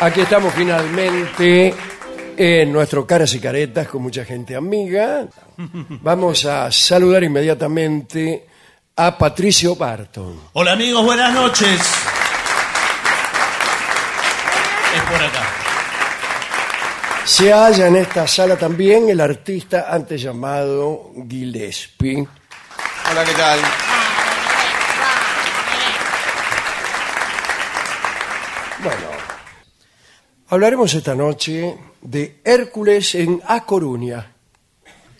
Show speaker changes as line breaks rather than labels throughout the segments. Aquí estamos finalmente en nuestro Caras y Caretas con mucha gente amiga. Vamos a saludar inmediatamente a Patricio Barton.
Hola amigos, buenas noches. Es por acá.
Se halla en esta sala también el artista antes llamado Gillespie.
Hola, ¿qué tal?
Bueno, hablaremos esta noche de Hércules en A Coruña.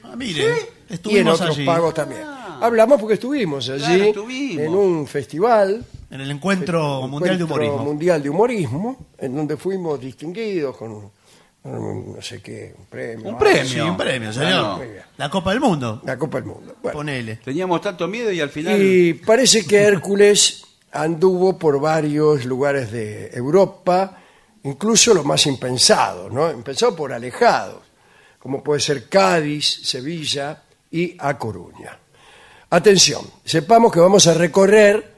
Ah, mire,
y en
estuvimos
otros
allí.
pagos también. Hablamos porque estuvimos allí
Ah. Claro, estuvimos.
en un festival.
En el encuentro mundial de
Encuentro
humorismo.
Mundial de Humorismo, en donde fuimos distinguidos con un, con un, no sé qué, un premio.
Un
Ah,
premio,
sí,
un premio,
Ah,
señor.
no.
La Copa del Mundo.
La Copa del Mundo. Bueno,
Ponele.
Teníamos tanto miedo y al final.
y parece que Hércules anduvo por varios lugares de Europa, incluso los más impensados, ¿no? Empezó por alejados, como puede ser Cádiz, Sevilla y A Coruña. Atención, sepamos que vamos a recorrer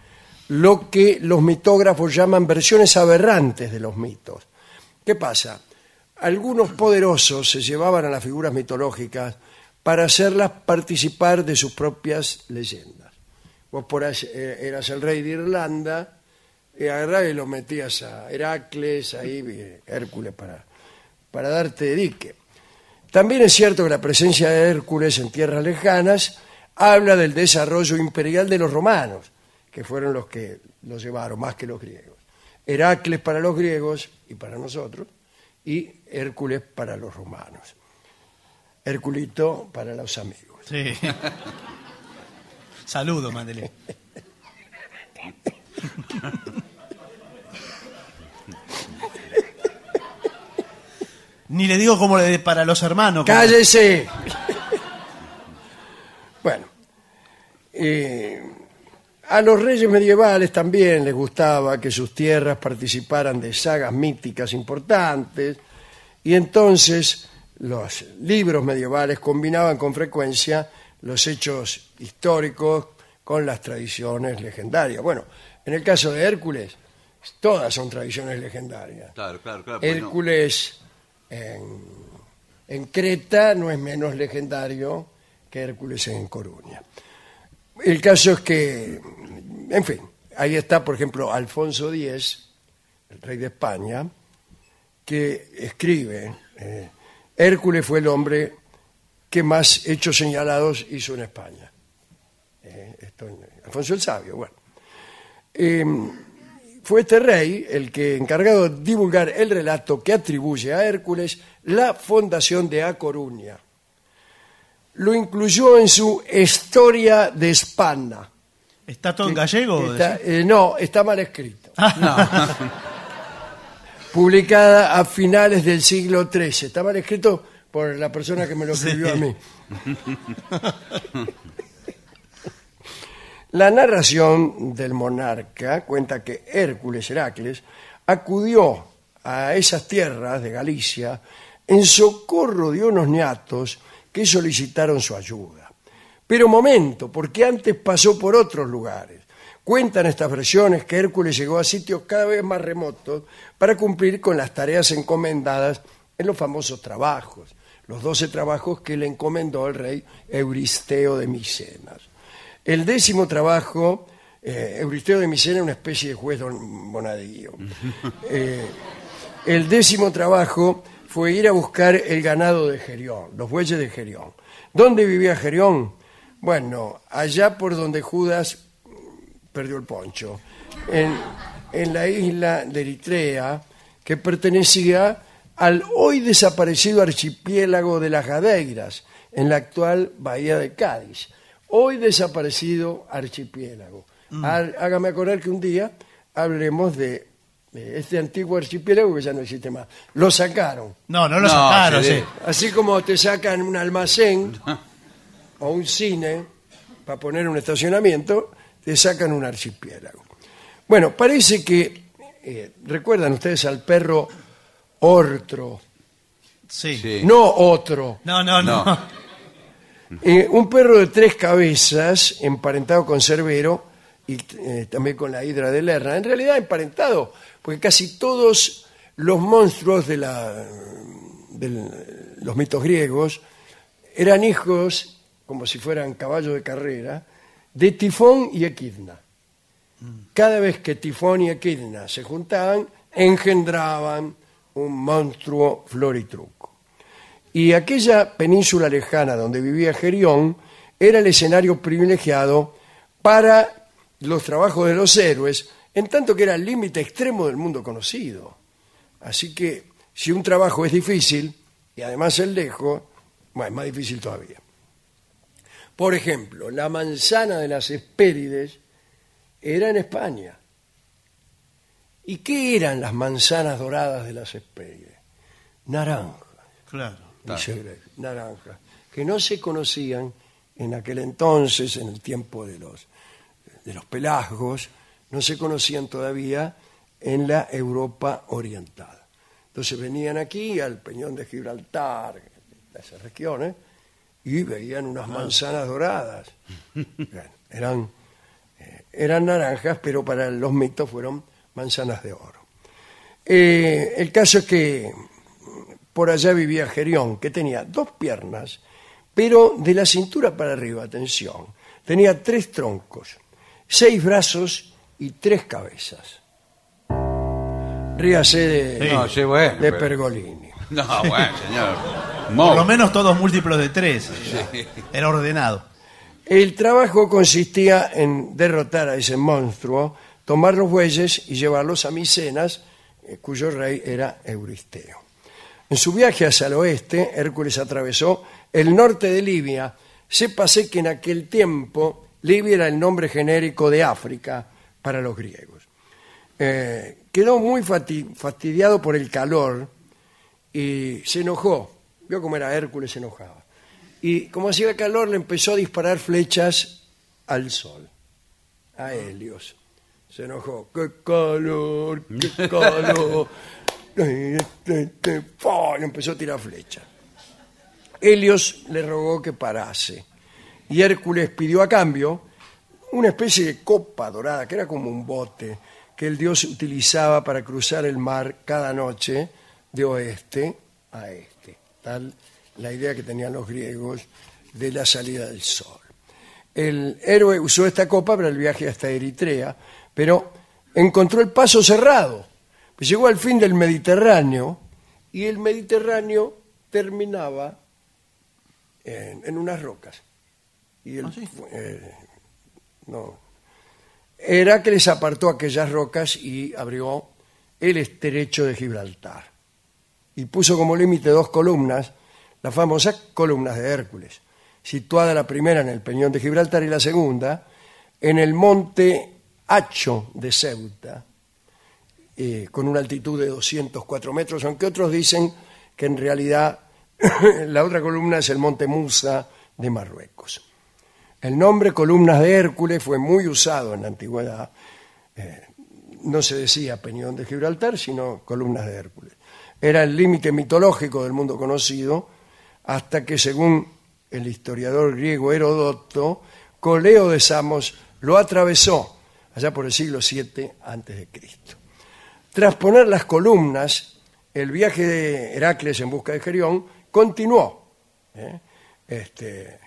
lo que los mitógrafos llaman versiones aberrantes de los mitos. ¿Qué pasa? Algunos poderosos se llevaban a las figuras mitológicas para hacerlas participar de sus propias leyendas. Vos por ahí, eh, eras el rey de Irlanda y agarrabas y lo metías a Heracles, ahí eh, Hércules para, para darte de dique. También es cierto que la presencia de Hércules en tierras lejanas habla del desarrollo imperial de los romanos, que fueron los que lo llevaron más que los griegos. Heracles para los griegos y para nosotros, y Hércules para los romanos. Herculito para los amigos.
Sí. Saludos, mándele. Ni le digo como le de para los hermanos. como-
¡Cállese! bueno, eh, a los reyes medievales también les gustaba que sus tierras participaran de sagas míticas importantes y entonces los libros medievales combinaban con frecuencia los hechos históricos con las tradiciones legendarias. Bueno, en el caso de Hércules, todas son tradiciones legendarias.
pues, Claro, claro, claro. porque no.
Hércules en en Creta no es menos legendario que Hércules en Coruña. El caso es que, en fin, ahí está, por ejemplo, Alfonso X, el rey de España, que escribe, eh, Hércules fue el hombre que más hechos señalados hizo en España. Eh, esto en- Alfonso el Sabio, bueno. Eh, fue este rey el que encargado de divulgar el relato que atribuye a Hércules la fundación de A Coruña. Lo incluyó en su Historia de España.
¿Está todo en gallego?
Está-
decís?
eh, no, está mal escrito.
Ah,
Publicada a finales del siglo XIII. Está mal escrito por la persona que me lo escribió a mí. La narración del monarca cuenta que Hércules Heracles acudió a esas tierras de Galicia en socorro de unos neatos que solicitaron su ayuda. Pero momento, porque antes pasó por otros lugares. Cuentan estas versiones que Hércules llegó a sitios cada vez más remotos para cumplir con las tareas encomendadas en los famosos trabajos, los doce trabajos que le encomendó el rey Euristeo de Micenas. El décimo trabajo, eh, Euristeo de Micena, una especie de juez don Bonadío. Eh, el décimo trabajo fue ir a buscar el ganado de Gerión, los bueyes de Gerión. ¿Dónde vivía Gerión? Bueno, allá por donde Judas perdió el poncho, en, en la isla de Eritrea, que pertenecía al hoy desaparecido archipiélago de las Gadeiras, en la actual Bahía de Cádiz. Hoy desaparecido archipiélago. Há- Hágame acordar que un día hablemos de, de este antiguo archipiélago que ya no existe más. Lo sacaron.
no, no lo
No,
sacaron,
se
sí.
ve.
Así como te sacan un almacén o un cine para poner un estacionamiento, te sacan un archipiélago. Bueno, parece que, eh, ¿recuerdan ustedes al perro Ortro?
Sí.
Sí.
No otro.
No, no, no.
No.
Eh, un perro de tres cabezas, emparentado con Cerbero y eh, también con la hidra de Lerna. En realidad emparentado, porque casi todos los monstruos de, la, de los mitos griegos eran hijos, como si fueran caballos de carrera, de Tifón y Equidna. Cada vez que Tifón y Equidna se juntaban, engendraban un monstruo floritruco. Y aquella península lejana donde vivía Gerión era el escenario privilegiado para los trabajos de los héroes, en tanto que era el límite extremo del mundo conocido. Así que si un trabajo es difícil, y además es lejos, bueno, es más difícil todavía. Por ejemplo, la manzana de las Hespérides era en España. ¿Y qué eran las manzanas doradas de las Hespérides? Naranja
Claro.
dice Greg, naranja, que no se conocían en aquel entonces, en el tiempo de los, de los pelagos, no se conocían todavía en la Europa oriental. Entonces venían aquí al Peñón de Gibraltar, esas regiones, y veían unas manzanas doradas. Bueno, eran, eh, eran naranjas, pero para los mitos fueron manzanas de oro. Eh, el caso es que por allá vivía Gerión, que tenía dos piernas, pero de la cintura para arriba, atención, tenía tres troncos, seis brazos y tres cabezas. Ríase de,
No, sí, bueno,
de
pero-
Pergolini.
No, bueno, señor.
Por lo
Mo.
menos todos múltiplos de tres. Era ordenado.
El trabajo consistía en derrotar a ese monstruo, tomar los bueyes y llevarlos a Micenas, eh, cuyo rey era Euristeo. En su viaje hacia el oeste, Hércules atravesó el norte de Libia. Sépase que en aquel tiempo Libia era el nombre genérico de África para los griegos. Eh, quedó muy fati- fastidiado por el calor y se enojó. Vio cómo era Hércules, se enojaba. Y como hacía calor, le empezó a disparar flechas al sol, a Helios. Se enojó. ¡Qué calor! ¡Qué calor! este, ¡Pah! Le empezó a tirar flechas. Helios le rogó que parase. Y Hércules pidió a cambio una especie de copa dorada, que era como un bote, que el dios utilizaba para cruzar el mar cada noche de oeste a este. Tal la idea que tenían los griegos de la salida del sol. El héroe usó esta copa para el viaje hasta Eritrea, pero encontró el paso cerrado. Pues llegó al fin del Mediterráneo y el Mediterráneo terminaba en, en unas rocas. Y el-
Ah, sí.
eh, no. Heracles apartó aquellas rocas y abrió el estrecho de Gibraltar. Y puso como límite dos columnas, las famosas columnas de Hércules, situada la primera en el peñón de Gibraltar y la segunda en el monte Hacho de Ceuta, eh, con una altitud de 204 metros, aunque otros dicen que en realidad la otra columna es el monte Musa de Marruecos. El nombre Columnas de Hércules fue muy usado en la antigüedad. Eh, no se decía Peñón de Gibraltar, sino Columnas de Hércules. Era el límite mitológico del mundo conocido hasta que, según el historiador griego Herodoto, Coleo de Samos lo atravesó allá por el siglo VII a.C. Tras poner las columnas, el viaje de Heracles en busca de Gerión continuó. ¿eh? Este,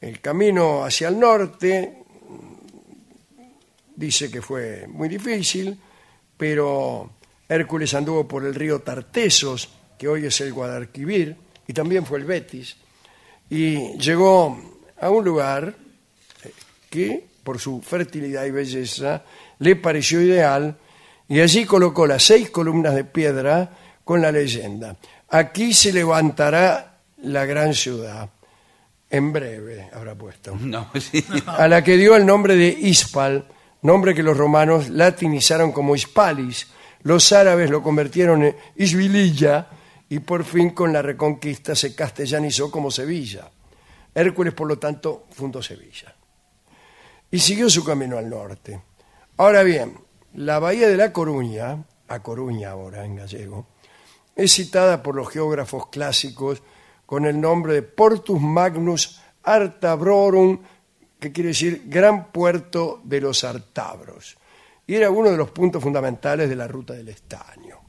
el camino hacia el norte mm, dice que fue muy difícil, pero Hércules anduvo por el río Tartesos, que hoy es el Guadalquivir, y también fue el Betis, y llegó a un lugar eh, que por su fertilidad y belleza le pareció ideal y allí colocó las seis columnas de piedra con la leyenda. Aquí se levantará la gran ciudad. En breve habrá puesto.
No, sí.
A la que dio el nombre de Hispal, nombre que los romanos latinizaron como Hispalis. Los árabes lo convirtieron en Isbililla y por fin con la reconquista se castellanizó como Sevilla. Hércules, por lo tanto, fundó Sevilla y siguió su camino al norte. Ahora bien, la bahía de La Coruña, a Coruña ahora en gallego, es citada por los geógrafos clásicos con el nombre de Portus Magnus Artabrorum, que quiere decir Gran Puerto de los Artabros, y era uno de los puntos fundamentales de la ruta del estaño.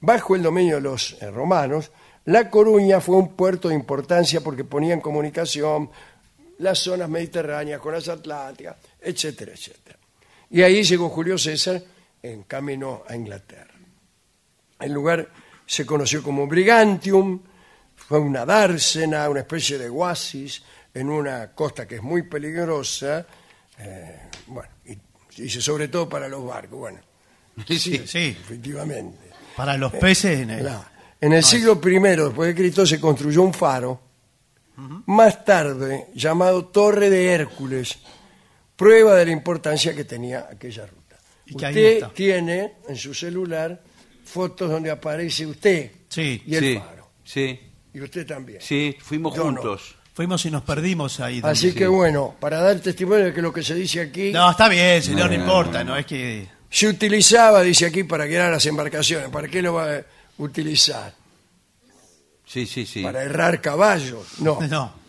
Bajo el dominio de los eh, romanos, La Coruña fue un puerto de importancia porque ponía en comunicación las zonas mediterráneas con las atlánticas, etcétera, etcétera. Y ahí llegó Julio César en camino a Inglaterra. El lugar se conoció como Brigantium, fue una dársena, una especie de oasis en una costa que es muy peligrosa, eh, bueno, y dice sobre todo para los barcos, bueno,
Sí, sí.
efectivamente.
Para los peces. en el-
Eh, Claro. En el siglo I después de Cristo se construyó un faro,
eh,
más tarde llamado Torre de Hércules, prueba de la importancia que tenía aquella ruta.
Y que ahí
Usted
está.
tiene en su celular fotos donde aparece usted
Sí.
y el
sí,
faro.
sí,
Y usted también.
sí, fuimos
Yo no.
juntos.
Fuimos y nos perdimos ahí. también.
Así que bueno, para dar testimonio de que lo que se dice aquí
No, está bien, señor, no
No, no,
importa,
no.
no es que.
se utilizaba, dice aquí, para guiar las embarcaciones. ¿Para qué lo va a utilizar?
Sí, sí, sí.
¿Para errar caballos? No.
No.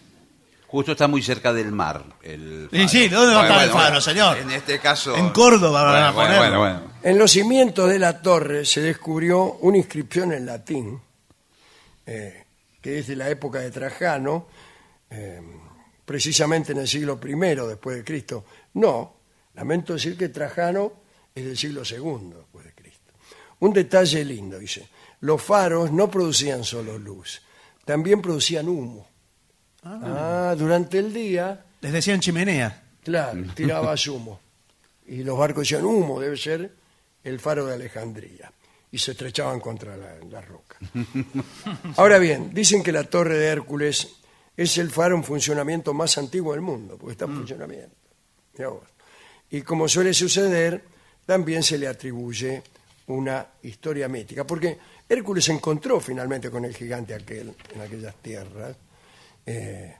Justo está muy cerca del mar. El
Y sí, ¿dónde va a estar el faro, señor?
En este caso.
En Córdoba van a
bueno, bueno,
ponerlo.
bueno, bueno.
En los cimientos de la torre se descubrió una inscripción en latín, eh, que es de la época de Trajano, eh, precisamente en el siglo I después de Cristo. No, lamento decir que Trajano es del siglo II después de Cristo. Un detalle lindo, dice, los faros no producían solo luz, también producían humo. Ah, durante el día
Les decían chimenea.
Claro, tiraba humo. Y los barcos decían, humo, debe ser el faro de Alejandría. Y se estrechaban contra la, la roca. Ahora bien, dicen que la torre de Hércules es el faro en funcionamiento más antiguo del mundo, porque está en funcionamiento. Mirá vos. Y como suele suceder, también se le atribuye una historia mítica, porque Hércules se encontró finalmente con el gigante aquel en aquellas tierras Eh,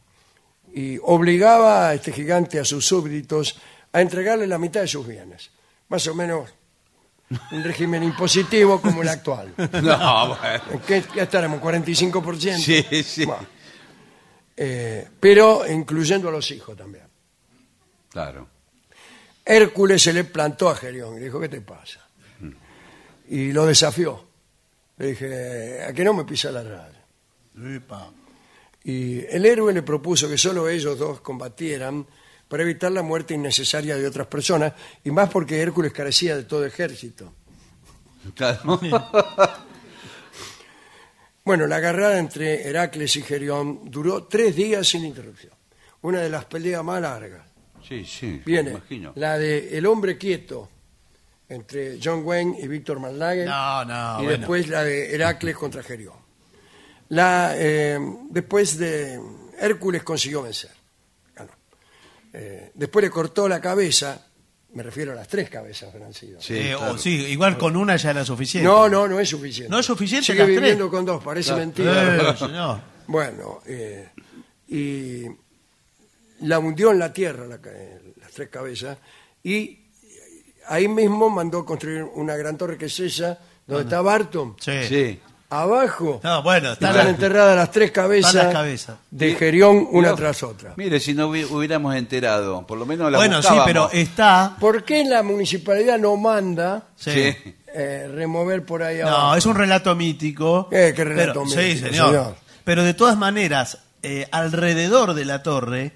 y obligaba a este gigante, a sus súbditos, a entregarle la mitad de sus bienes. Más o menos un régimen impositivo como el actual.
No, bueno.
¿Qué, qué estaremos? ¿45%?
Sí, sí.
Bueno. Eh, pero incluyendo a los hijos también.
Claro.
Hércules se le plantó a Gerión y le dijo, ¿qué te pasa? Y lo desafió. Le dije, ¿a qué no me pisa la raya?
Epa.
Y el héroe le propuso que solo ellos dos combatieran para evitar la muerte innecesaria de otras personas, y más porque Hércules carecía de todo ejército.
Claro.
Bueno, la agarrada entre Heracles y Gerión duró tres días sin interrupción. Una de las peleas más largas.
Sí, sí. me
Viene
imagino.
la de El hombre quieto entre John Wayne y Víctor Malnague.
No, no,
y
bueno.
después la de Heracles contra Gerión. La, eh, después de Hércules consiguió vencer. Ganó. Eh, después le cortó la cabeza, me refiero a las tres cabezas que le han sido.
Sí,
Eh, o
claro.
sí, igual con una ya era suficiente.
No, no, no es suficiente.
¿No es suficiente
Sigue
las tres?
viviendo con dos, parece mentira.
Eh, señor.
Bueno, eh, y la hundió en la tierra la ca- eh, las tres cabezas y ahí mismo mandó construir una gran torre que es esa, donde está Barton.
Sí.
Sí.
Abajo
No, bueno, está
están
la-
enterradas las tres cabezas,
Están las cabezas.
de Gerión una
Dios,
tras otra.
Mire, si no hubi- hubiéramos enterado, por lo menos la
Bueno, sí,
buscábamos.
pero está.
¿Por qué la municipalidad no manda
Sí.
Sí.
eh, remover por ahí
No,
abajo?
es un relato mítico.
Eh, qué relato
Pero- Sí,
mítico,
señor.
señor.
Pero de todas maneras, eh, alrededor de la torre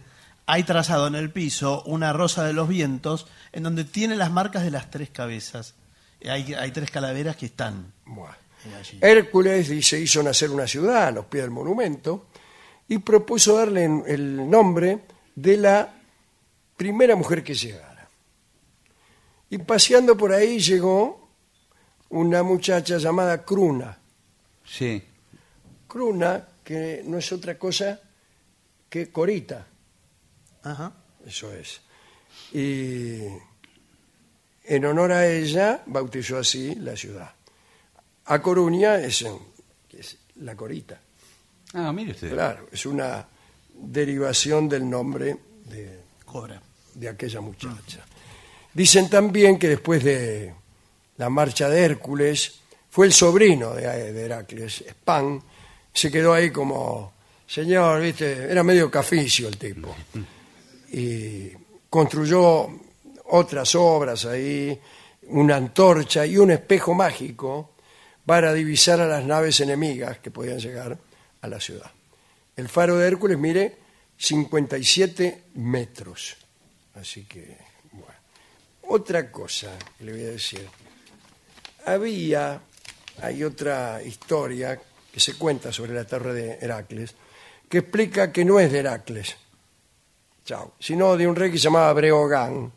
hay trazado en el piso una rosa de los vientos en donde tiene las marcas de las tres cabezas. Eh, Hay, hay tres calaveras que están
Buah.
eh, allí.
Hércules dice, hizo nacer una ciudad a los pies del monumento y propuso darle en- el nombre de la primera mujer que llegara. Y paseando por ahí llegó una muchacha llamada Cruna.
Sí.
Cruna, que no es otra cosa que Corita,
Ajá.
eso es. Y en honor a ella bautizó así la ciudad. A Coruña es, en- es la Corita.
Ah, mire usted.
Claro, es una derivación del nombre de,
Cobra.
de aquella muchacha. Dicen también que después de la marcha de Hércules, fue el sobrino de, de Heracles, Span, se quedó ahí como, señor, viste, era medio caficio el tipo. Y construyó otras obras ahí, una antorcha y un espejo mágico para divisar a las naves enemigas que podían llegar a la ciudad. El faro de Hércules mire 57 metros. Así que, bueno. Otra cosa que le voy a decir. Había, hay otra historia que se cuenta sobre la torre de Heracles, que explica que no es de Heracles, chao, sino de un rey que se llamaba Breogán.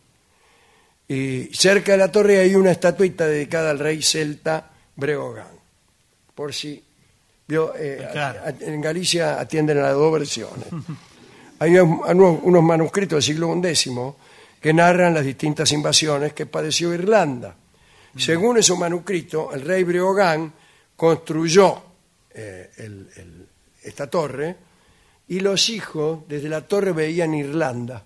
Y cerca de la torre hay una estatuita dedicada al rey celta Breogán. Por si, vio, eh,
Claro.
a- a- en Galicia atienden a las dos versiones. Hay un- unos, unos manuscritos del siglo XI que narran las distintas invasiones que padeció Irlanda. Según esos manuscritos, el rey Breogán construyó eh, el- el- esta torre y los hijos desde la torre veían Irlanda.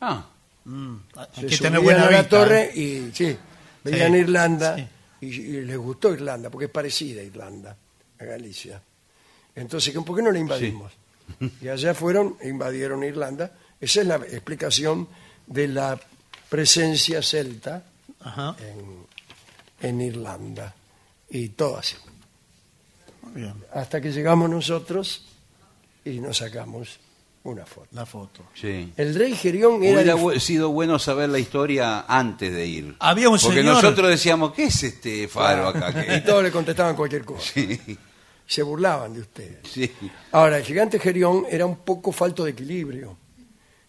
Ah,
Mm. Hay
Se
que tener
subían
buena
a la
vista,
torre
¿eh?
y sí, veían
Sí,
Irlanda
sí.
y, y les gustó Irlanda porque es parecida a Irlanda, a Galicia. Entonces, ¿por qué no la invadimos? Y allá fueron e invadieron Irlanda. Esa es la explicación de la presencia celta
Ajá.
en, en Irlanda. Y todo así.
Muy bien.
Hasta que llegamos nosotros y nos sacamos una foto.
La foto.
sí.
El rey Gerión era...
Hubiera
dif-
bu- sido bueno saber la historia antes de ir.
Había un
Porque
señor-
nosotros decíamos, ¿qué es este faro acá?
Ah. Y
que-"
todos le contestaban cualquier cosa. Se burlaban de ustedes.
sí.
Ahora, el gigante Gerión era un poco falto de equilibrio.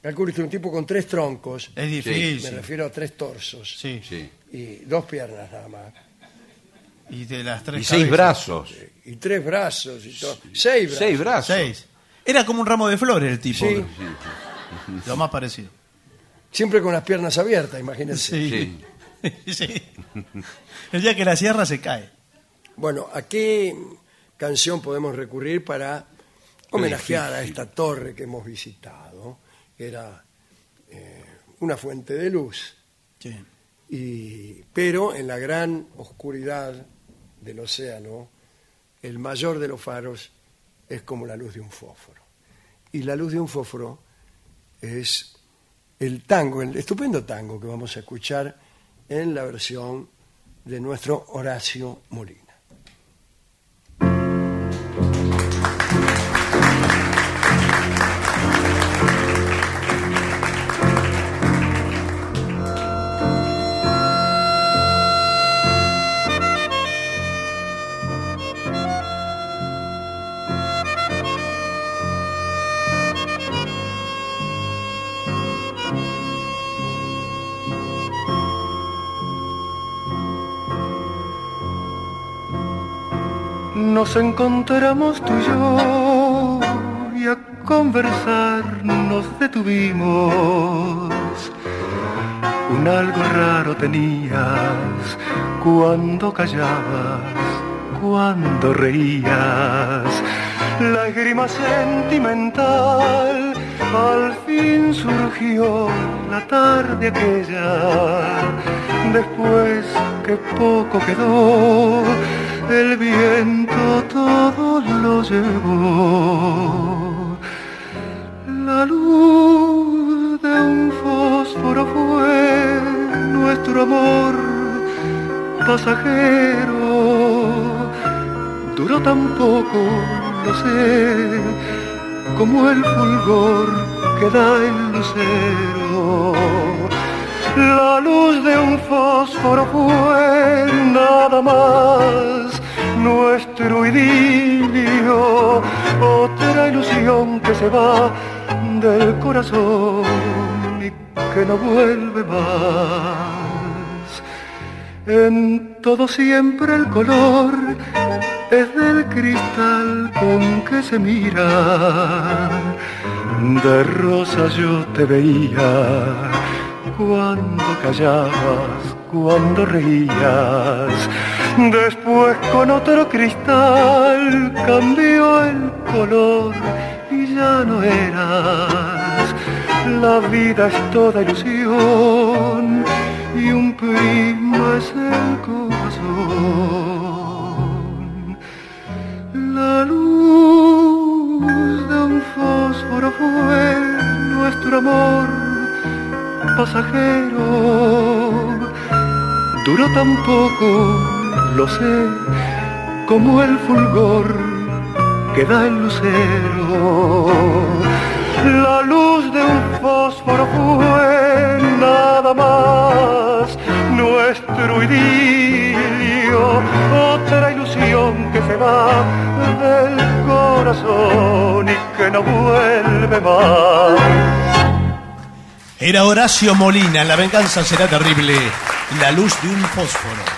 Calculo que un tipo con tres troncos,
Es
me
difícil.
refiero a tres torsos,
Sí.
sí.
y dos piernas nada más,
Y de las tres
Y seis
cabezas.
brazos.
y tres brazos, y todo. Seis brazos.
Seis brazos.
Seis. Era como un ramo de flores el tipo.
Sí.
Lo más parecido.
Siempre con las piernas abiertas, imagínense.
Sí. Sí. El día que la sierra se cae.
Bueno, ¿a qué canción podemos recurrir para homenajear a esta torre que hemos visitado? Que era eh, una fuente de luz.
Sí.
y- pero en la gran oscuridad del océano, el mayor de los faros es como la luz de un fósforo. Y la luz de un fósforo es el tango, el estupendo tango que vamos a escuchar en la versión de nuestro Horacio Molina.
Thank nos encontramos tú y yo y a conversar nos detuvimos. Un algo raro tenías cuando callabas, cuando reías. Lágrima sentimental al fin surgió la tarde aquella. Después que poco quedó, el viento todo lo llevó. La luz de un fósforo fue nuestro amor pasajero. Duró tan poco, lo sé, como el fulgor que da el lucero. La luz de un fósforo fue nada más nuestro idilio, otra ilusión que se va del corazón y que no vuelve más. En todo siempre el color es del cristal con que se mira. De rosa yo te veía cuando callabas, cuando reías. Después con otro cristal cambió el color y ya no eras. La vida es toda ilusión y un primo es el corazón. La luz de un fósforo fue nuestro amor pasajero. Duró tan poco, lo sé, como el fulgor que da el lucero. La luz de un fósforo fue nada más nuestro idilio, otra ilusión que se va del corazón y que no vuelve más.
Era Horacio Molina, La venganza será terrible, la luz de un fósforo.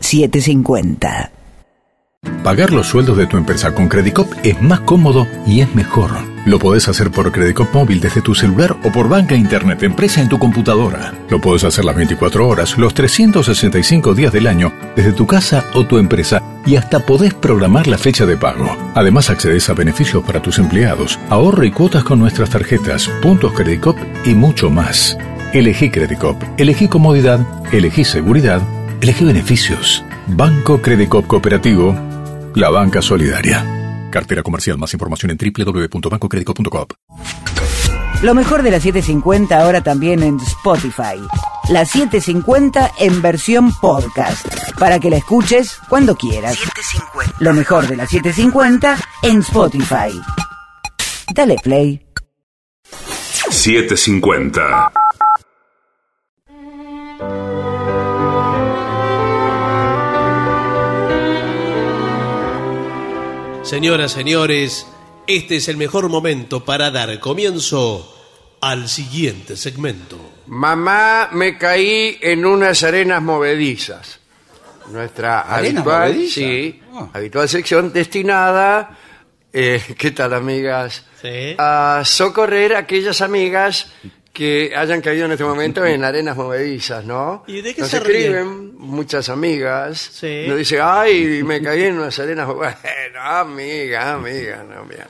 AM750.
Pagar los sueldos de tu empresa con Credicop es más cómodo y es mejor. Lo podés hacer por Credicop móvil desde tu celular o por banca internet empresa en tu computadora. Lo podés hacer las 24 horas, los 365 días del año, desde tu casa o tu empresa y hasta podés programar la fecha de pago. Además accedes a beneficios para tus empleados, ahorro y cuotas con nuestras tarjetas, puntos Credicop y mucho más. Elegí Credicop, elegí comodidad, elegí seguridad, elegí beneficios. Banco Credicop Cooperativo, la banca solidaria. Cartera comercial. Más información en www.bancocredico.com.
Lo mejor de la 750 ahora también en Spotify. La 750 en versión podcast. Para que la escuches cuando quieras. Lo mejor de la 750 en Spotify. Dale play.
750.
Señoras, señores, este es el mejor momento para dar comienzo al siguiente segmento.
Mamá, me caí en unas arenas movedizas. Nuestra
¿Arenas
habitual,
movedizas?
sí,
Ah.
habitual sección destinada, eh, ¿qué tal amigas?
Sí.
A socorrer a aquellas amigas que hayan caído en este momento en arenas movedizas, ¿no?
¿Y de qué
Nos
se ríen?
escriben muchas amigas.
Sí.
Nos dice, ay, me caí en unas arenas. Bueno, amiga, amiga, no, mira.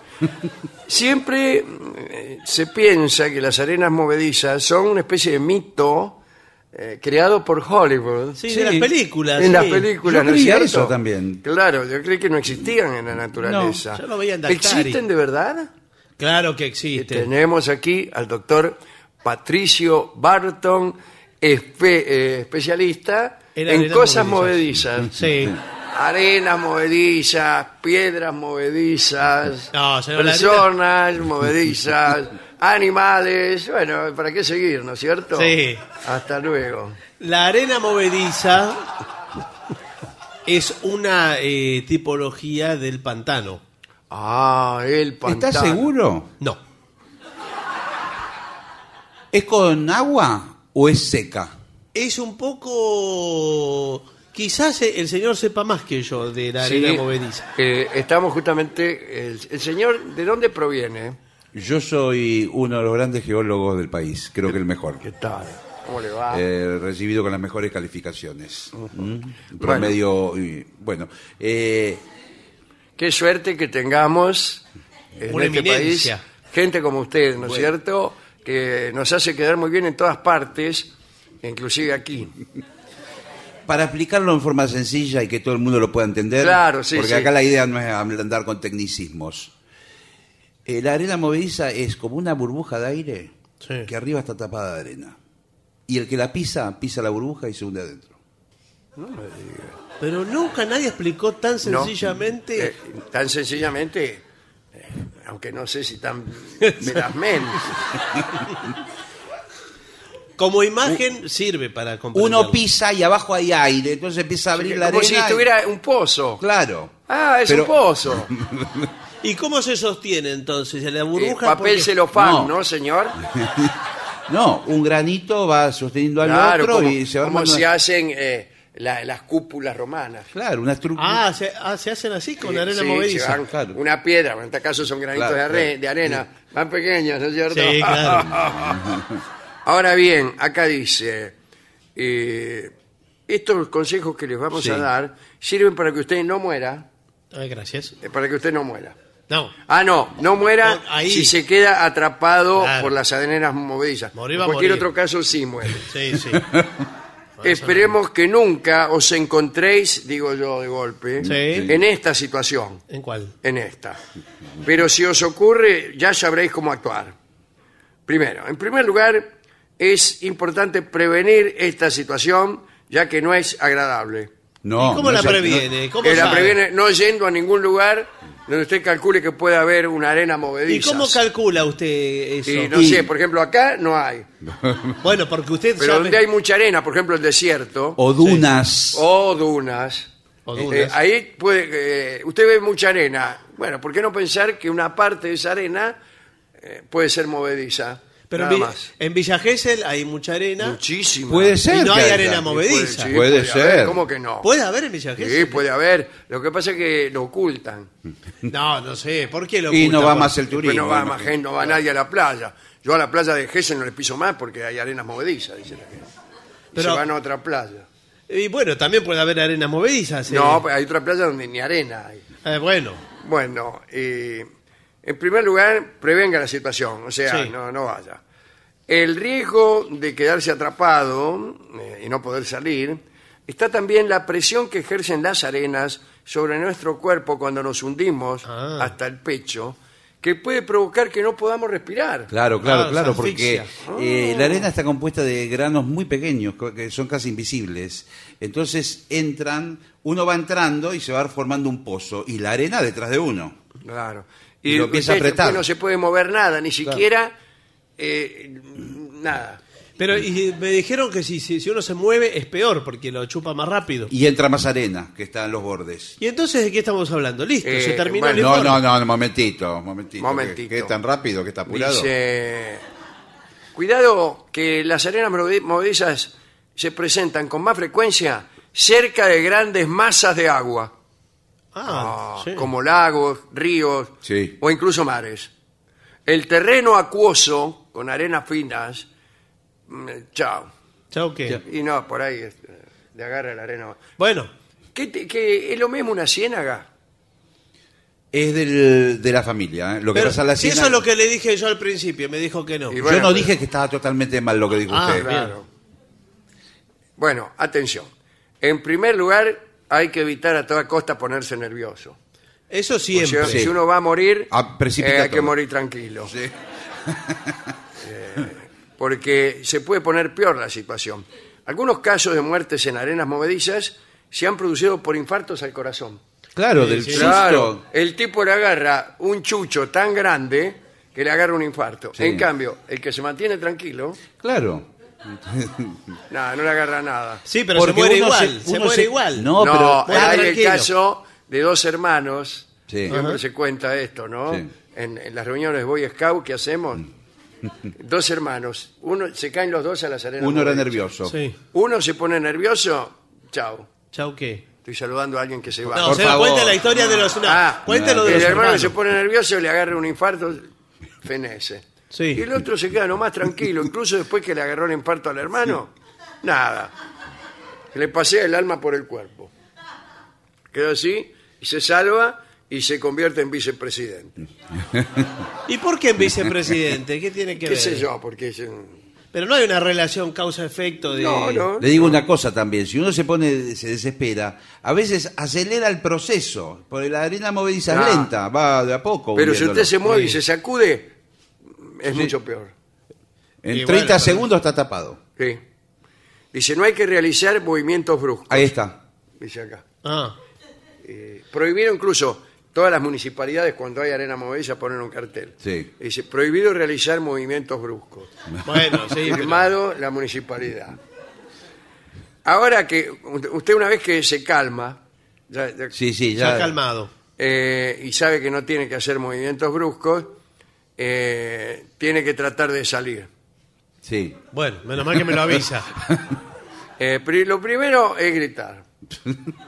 Siempre eh, se piensa que las arenas movedizas son una especie de mito eh, creado por Hollywood.
Sí,
Sí.
de las películas.
En las
sí.
películas,
Yo
¿no es
creí
cierto?
eso también.
Claro, yo creí que no existían en la naturaleza.
No, yo lo veía en Daktari.
¿Existen de verdad?
Claro que
Y
existen.
tenemos aquí al doctor Patricio Barton, espe- eh, especialista
Eran-
en
eran
cosas
movedizas.
movedizas.
Sí.
Arenas movedizas, piedras movedizas,
No, señor, la arena-
personas movedizas, animales. Bueno, ¿para qué seguir, no es cierto?
Sí.
Hasta luego.
La arena movediza es una eh, tipología del pantano.
Ah, el pantano.
¿Estás seguro?
No,
¿Es con agua o es seca?
es un poco... Quizás el señor sepa más que yo de la
Sí,
arena movediza.
eh, estamos justamente. El, el señor, ¿de dónde proviene?
Yo soy uno de los grandes geólogos del país, creo que el mejor.
¿Qué tal? ¿Cómo le va?
Eh, recibido con las mejores calificaciones. ¿Mm? Promedio, y- bueno. eh,
Qué suerte que tengamos en
Una
este
eminencia.
país gente como usted, ¿no es cierto? Que nos hace quedar muy bien en todas partes, inclusive aquí.
para explicarlo en forma sencilla y que todo el mundo lo pueda entender,
Claro, sí,
porque
sí.
acá la idea no es andar con tecnicismos. Eh, la arena movediza es como una burbuja de aire
Sí.
que arriba está tapada de arena. Y el que la pisa, pisa la burbuja y se hunde adentro.
Pero nunca nadie explicó tan
¿no?
sencillamente...
Eh, tan sencillamente, eh, aunque no sé si tan verazmente.
Como imagen sirve para comprender.
Uno pisa y abajo hay aire, entonces empieza a abrir la
como
arena.
si
y-
estuviera un pozo.
Claro.
Ah, es
Pero-
un pozo.
¿Y cómo se sostiene entonces? ¿La
Eh,
burbuja?
papel
porque-
celofán,
No.
¿no, señor?
No, un granito va sosteniendo al
Claro,
otro
como,
y se va
como
armando
se
una-
hacen eh, la- las cúpulas romanas. Eh,
Claro, una estructura.
Ah, se, ah, se hacen así con arena
Sí,
movediza.
llevan
claro.
Una piedra, en este caso son granitos
Claro,
de, arre-
claro.
de arena, más pequeños, ¿no es cierto?
Sí, claro.
Ahora bien, acá dice, eh, estos consejos que les vamos
Sí.
a dar sirven para que usted no muera,
Ay, gracias.
eh, para que usted no muera.
No.
Ah, no, no muera
No, ahí.
si se queda atrapado
Claro.
por las arenas movedizas.
Morir
en
va a
cualquier
morir.
otro caso sí muere.
Sí, sí.
Esperemos que nunca os encontréis, digo yo de golpe,
Sí.
en esta situación.
¿En cuál?
en esta. Pero si os ocurre, ya sabréis cómo actuar. Primero, en primer lugar, es importante prevenir esta situación, ya que no es agradable.
No,
¿Y cómo
no
la
se- no-
previene? ¿Cómo
Eh, la
sabe?
previene no yendo a ningún lugar donde usted calcule que puede haber una arena
¿Y
movediza.
cómo calcula usted eso?
Sí, no
Y-
sé, por ejemplo, acá no hay.
Bueno, porque usted
Pero
sabe...
donde hay mucha arena, por ejemplo, el desierto,
O dunas.
o dunas.
O
eh,
dunas.
ahí puede, eh, usted ve mucha arena. Bueno, ¿por qué no pensar que una parte de esa arena eh, puede ser movediza?
Pero en,
Nada
Vi-
más.
en Villa Gesell hay mucha arena.
Muchísimo.
Puede ser.
Y no
que
hay
haya.
arena movediza.
sí,
Puede
haber,
ser.
¿Cómo que no?
¿Puede haber en Villa
Sí,
Gesell?
puede haber. Lo que pasa es que lo ocultan.
No, no sé. ¿Por qué lo
Y no
oculta?
va
Por-
más el
Después
turismo.
no va,
imagino.
más gente, no va nadie a la playa. Yo a la playa de Gesen no le piso más porque hay arenas movedizas, dice la gente. Y
Pero-
se van a otra playa.
Y bueno, también puede haber arenas movedizas. eh.
No, pues hay otra playa donde ni arena hay.
Eh, bueno,
Bueno, eh, en primer lugar, prevenga la situación, o sea,
Sí.
no, no vaya. El riesgo de quedarse atrapado eh, y no poder salir está también la presión que ejercen las arenas sobre nuestro cuerpo cuando nos hundimos
Ah.
hasta el pecho, que puede provocar que no podamos respirar.
Claro, claro,
Ah,
claro,
se
porque
asfixia.
eh, la arena está compuesta de granos muy pequeños, co- que son casi invisibles. Entonces entran, uno va entrando y se va formando un pozo, y la arena detrás de uno.
Claro.
Y lo empieza a
usted después
apretar.
No se puede mover nada, ni siquiera eh, nada.
pero y me dijeron que si, si, si uno se mueve es peor porque lo chupa más rápido. Y,
Y entra más arena, que está en los bordes.
entonces, ¿de qué estamos hablando? Listo,
Eh,
se terminó el
bueno,
No,
informe.
no, no, momentito, momentito.
Momentito.
Que, que es tan rápido, que está apurado.
Dice, cuidado que las arenas move- movedizas se presentan con más frecuencia cerca de grandes masas de agua,
Ah, sí.
como lagos, ríos
Sí.
o incluso mares. El terreno acuoso con arenas finas, mm, chao.
Chao, ¿qué?
Y no, por ahí eh, le agarra la arena.
Bueno,
¿Qué, te- qué- es lo mismo una ciénaga?
Es del- de la familia, ¿eh? lo que
pero
pasa en la
si eso
siena-
es lo que le dije yo al principio, me dijo que no.
Y
Yo
Bueno,
no
pero-
dije que estaba totalmente mal lo que dijo
Ah,
usted.
claro.
Bueno, atención. En primer lugar, hay que evitar a toda costa ponerse nervioso.
Eso
O
siempre.
sea,
Sí.
Si uno va a morir,
Ah, precipita
eh, hay que
todo.
morir tranquilo. Eh,
Sí.
Porque se puede poner peor la situación. Algunos casos de muertes en arenas movedizas se han producido por infartos al corazón.
Claro, del susto.
Claro, el tipo le agarra un chucho tan grande que le agarra un infarto.
Sí.
En cambio, el que se mantiene tranquilo,
Claro.
nada, no le agarra nada.
Sí, pero
Porque
se muere
uno
igual. Se,
uno
muere
se-
igual.
No, pero-
Ah,
hay el
tranquilo.
caso de dos hermanos,
Sí.
siempre se cuenta esto, ¿no?
Sí. Mm.
En, en las reuniones Boy Scout que hacemos, dos hermanos, uno se caen los dos a las arenas.
Uno era
movedizas.
nervioso.
Sí.
Uno se pone nervioso, chao.
Chau, ¿qué?
Estoy saludando a alguien que se va.
No,
Por
se da
favor.
cuenta la historia de los. No,
Ah,
cuéntalo de
el
los
hermano que
hermanos.
se pone nervioso le agarra un infarto, fenece.
Sí.
Y el otro se queda nomás tranquilo, incluso después que le agarró el infarto al hermano, nada. Que le pasea el alma por el cuerpo. Quedó así, y se salva y se convierte en vicepresidente.
¿Y por qué en vicepresidente? ¿Qué tiene que
¿Qué
ver?
sé yo? Porque es un-
Pero no hay una relación causa-efecto de.
No, no.
Le digo una cosa también, si uno se pone, se desespera, a veces acelera el proceso, porque la arena movediza es
Ah.
lenta, va de a poco.
Pero si
hundiéndolo.
usted se mueve y se sacude, es mucho peor.
En
Y
30
bueno, pero-
segundos está tapado.
Sí. Dice, no hay que realizar movimientos bruscos,
Ahí está.
dice acá. Eh,
Ah,
Prohibido incluso todas las municipalidades cuando hay arena movediza ponen un cartel.
Sí.
Dice, prohibido realizar movimientos bruscos.
bueno, sí. pero-
Firmado la municipalidad. Ahora que u- usted una vez que se calma ya- ya-
Sí, sí, ya.
Ya calmado.
eh, y sabe que no tiene que hacer movimientos bruscos, eh, tiene que tratar de salir.
Sí.
Bueno, menos mal que me lo avisa.
Eh, pri- lo primero es gritar.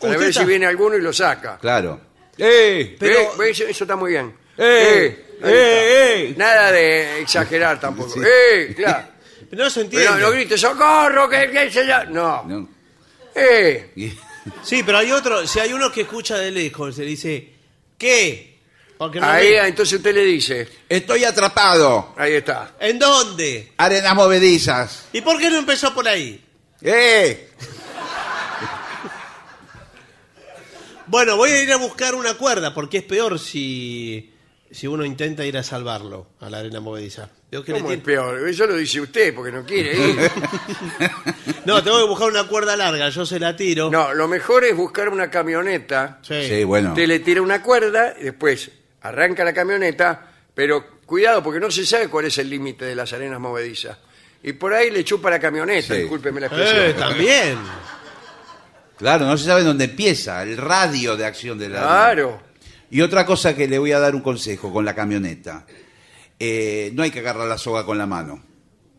Para
Usted
ver
está-
si viene alguno y lo saca.
Claro. ¡Eh!
Pero...
Pero-
eso, eso está muy bien.
¡Eh!
Eh, ahí
¡Eh!
está. Nada de exagerar tampoco. ¡Eh! Claro.
No se
Pero
entiende.
no, no grites, socorro, que, que se ya. No.
No.
¡Eh!
Y-
Sí, pero hay otro. Si hay uno que escucha de lejos, se dice. ¿Qué? Porque no
Ahí,
ve.
entonces usted le dice,
Estoy atrapado.
ahí está.
¿En dónde?
Arenas movedizas.
¿Y por qué no empezó por ahí?
¡Eh!
Bueno, voy a ir a buscar una cuerda, porque es peor si, si uno intenta ir a salvarlo a la arena movediza. Veo que le
¿Cómo es
tiene-
peor? Eso lo dice usted porque no quiere ir.
No, tengo que buscar una cuerda larga, yo se la tiro.
No, lo mejor es buscar una camioneta.
Sí.
Sí, bueno.
Usted le tira una cuerda y después arranca la camioneta, pero cuidado porque no se sabe cuál es el límite de las arenas movedizas. Y por ahí le chupa la camioneta,
Sí.
discúlpeme la expresión.
Eh, también.
Claro, no se sabe dónde empieza, el radio de acción de la
Claro.
Y otra cosa que le voy a dar un consejo con la camioneta. Eh, no hay que agarrar la soga con la mano.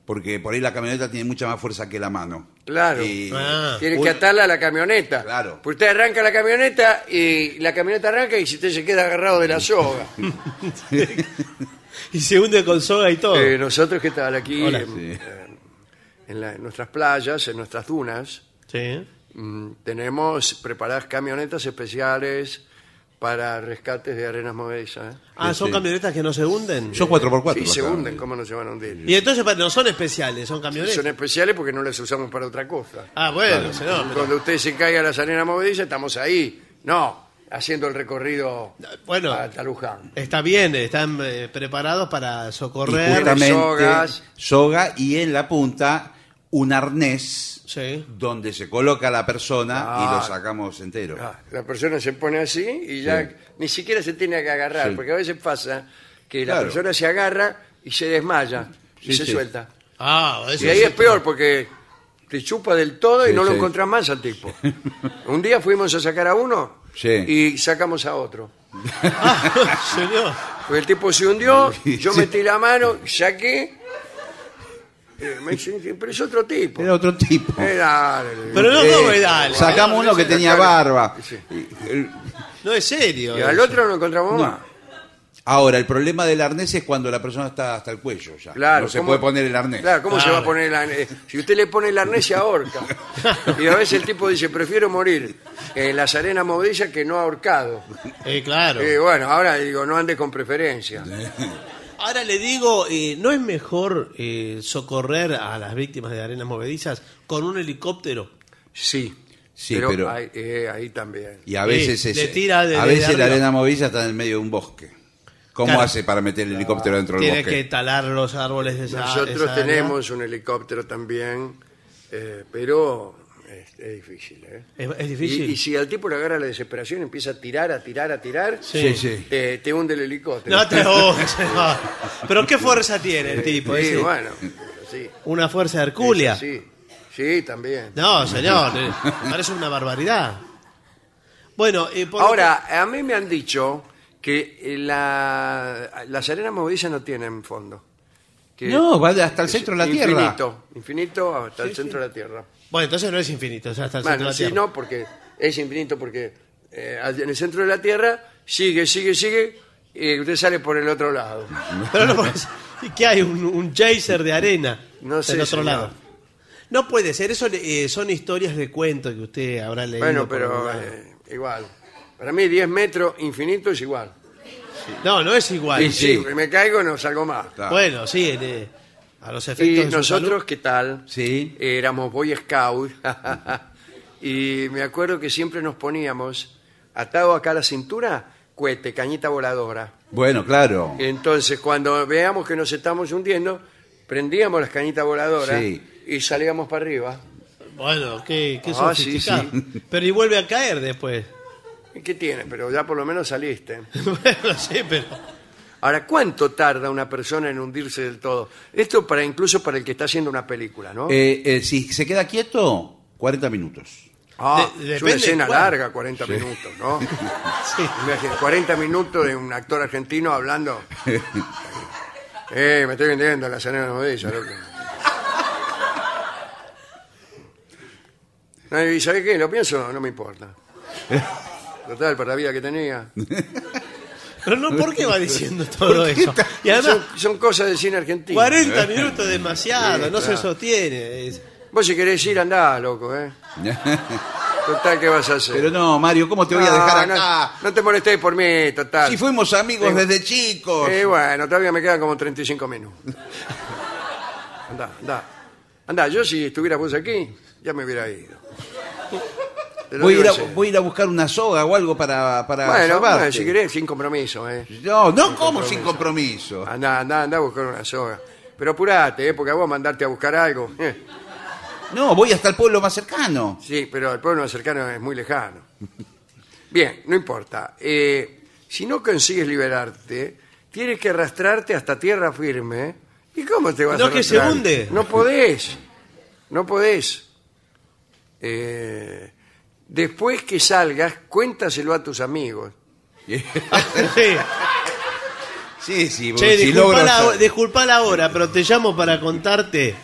Porque por ahí la camioneta tiene mucha más fuerza que la mano.
Claro.
Y-
Ah,
Tiene que atarla a la camioneta.
Claro.
Pues usted arranca la camioneta y la camioneta arranca y si usted se queda agarrado de la soga.
Y se hunde con soga y todo.
Eh, nosotros que estaban aquí
Hola.
en,
Sí.
eh, en la- en nuestras playas, en nuestras dunas,
Sí.
mm, tenemos preparadas camionetas especiales para rescates de arenas movedizas. ¿eh?
Ah, son
Sí.
camionetas que no se hunden.
Este, Son 4x4.
Sí, se
acá.
hunden, ¿cómo no se van a hundir?
Y entonces pa- no son especiales, son camionetas.
Son especiales porque no las usamos para otra cosa.
Ah, bueno, señor. pero-
Cuando usted se cae a las arenas movedizas, estamos ahí. No, haciendo el recorrido
Bueno,
hasta Luján.
está bien, están eh, preparados para
Y
socorrer.
justamente,
sogas.
soga y en la punta un arnés
Sí.
donde se coloca la persona y lo
Ah.
sacamos entero.
Ah, la persona se pone así y ya
Sí.
ni siquiera se tiene que agarrar,
Sí.
porque a veces pasa que la
Claro.
persona se agarra y se desmaya y
Sí,
se
sí.
suelta.
Ah, eso
Y ahí
sí.
es peor porque te chupa del todo y
Sí,
no lo
sí.
encontrás más al tipo. Un día fuimos a sacar a uno
Sí.
y sacamos a otro.
Ah, señor.
Porque el tipo se hundió, yo metí la mano, saqué. eh, me dice, Pero es otro tipo. Eh,
Era otro tipo.
Era-
Pero no, no,
Eh,
dale.
sacamos uno que tenía
claro.
barba.
Sí.
Y el-
No es serio.
Y al
eso.
otro no lo encontramos
No.
más.
Ahora, el problema del arnés es cuando la persona está hasta el cuello ya.
Claro,
no se
¿cómo-
puede poner el arnés. Ah.
Claro, ¿cómo se
Claro.
va a poner el arnés? Eh, Si usted le pone el arnés, se ahorca. Y a veces el tipo dice, prefiero morir en las arenas movedizas que no ahorcado.
Eh, claro.
Y bueno, ahora digo, no andes con preferencia.
Ahora le digo, eh, ¿no es mejor eh, socorrer a las víctimas de arenas movedizas con un helicóptero?
Sí,
Sí,
pero,
pero-
ahí, eh, ahí también.
Y a veces,
Sí,
es-
le tira de-
a
de
veces
arriba.
la arena movida está en el medio de un bosque. ¿Cómo
Claro.
hace para meter el helicóptero dentro del
Tiene
bosque?
que talar los árboles de esa
Nosotros
esa área.
tenemos un helicóptero también, eh, pero es, es difícil. ¿eh?
Es, es difícil.
Y, y si al tipo le agarra la desesperación, empieza a tirar, a tirar, a tirar,
Sí,
sí.
Te, te hunde el helicóptero.
No te jodas, no. Pero qué fuerza tiene el tipo.
Sí,
ese?
bueno, sí.
Una fuerza hercúlea.
Sí, sí, también.
No, señor, eh, parece una barbaridad. Bueno, eh, por lo
Ahora, a mí me han dicho que eh, la, las arenas movedizas no tienen fondo. Que
No, va de- hasta el centro de la Tierra.
Infinito, infinito hasta el centro de la Tierra.
que- bueno, entonces no es infinito, o sea, hasta el centro de
Bueno,
la
sí,
Tierra.
no, porque es infinito, porque eh, al- en el centro de la Tierra sigue, sigue, sigue, y usted sale por el otro lado.
Pero no puede ser. ¿Y ¿Qué hay? Un, un geyser de arena
No sé,
del otro
señor.
lado. No puede ser, eso eh, son historias de cuentos que usted habrá leído.
Bueno,
por algún
pero
lado.
eh, igual. Para mí 10 metros infinito es igual.
No, no es igual.
Sí, sí.
Si me caigo no salgo más.
Claro.
Bueno, sí, en, eh, a los efectos.
Y
de su
nosotros,
salud.
¿qué tal?
Sí.
Éramos Boy Scout. y me acuerdo que siempre nos poníamos, atado acá a la cintura, cohete, cañita voladora.
Bueno, claro.
Entonces, cuando veamos que nos estamos hundiendo, prendíamos las cañitas voladoras
Sí.
y salíamos para arriba.
Bueno, qué, qué
Ah, sí,
sofisticado. Pero y vuelve a caer después.
¿Y ¿Qué tiene? Pero ya por lo menos saliste.
bueno, sí, pero.
Ahora, ¿cuánto tarda una persona en hundirse del todo? Esto para incluso para el que está haciendo una película, ¿no?
Eh, eh, si se queda quieto, 40 minutos.
Ah,
de-
es
depende
una escena
cuál.
larga, 40 minutos, ¿no?
Sí.
Imagínate, 40 minutos de un actor argentino hablando. Eh, me estoy vendiendo la cena no de loco. No, y ¿sabés qué? Lo pienso, no me importa. Total, para la vida que tenía.
Pero no, ¿por qué va diciendo todo eso? Y además,
Son, son cosas del cine argentino.
40 minutos es demasiado,
Sí,
no se
claro.
sostiene. Es-
Vos si querés ir, andá, loco, ¿eh? Total, ¿qué vas a hacer?
Pero no, Mario, ¿cómo te voy a
No,
dejar
no,
acá?
No, te molestes por mí, total.
Si fuimos amigos desde chicos.
Eh, bueno, todavía me quedan como 35 minutos. Andá, andá. Andá, yo si estuviera vos aquí, ya me hubiera ido. Te lo
voy, a
digo
ir a,
en serio.
voy a ir a buscar una soga o algo para, para
Bueno,
salvarte.
bueno, si querés, sin compromiso, eh.
Ah, No, no, ¿cómo sin compromiso?
Andá, andá, andá a buscar una soga. Pero apurate, eh, porque a vos mandarte a buscar algo. eh.
No, voy hasta el pueblo más cercano.
Sí, pero el pueblo más cercano es muy lejano. Bien, no importa. Eh, si no consigues liberarte, tienes que arrastrarte hasta tierra firme. ¿Y cómo te vas
No,
a
que se
arrastrar?
hunde.
No podés. No podés. Eh, después que salgas, cuéntaselo a tus amigos.
Sí.
Sí, sí,
Che,
si
disculpa
logro-
la, disculpa la hora, pero te llamo para contarte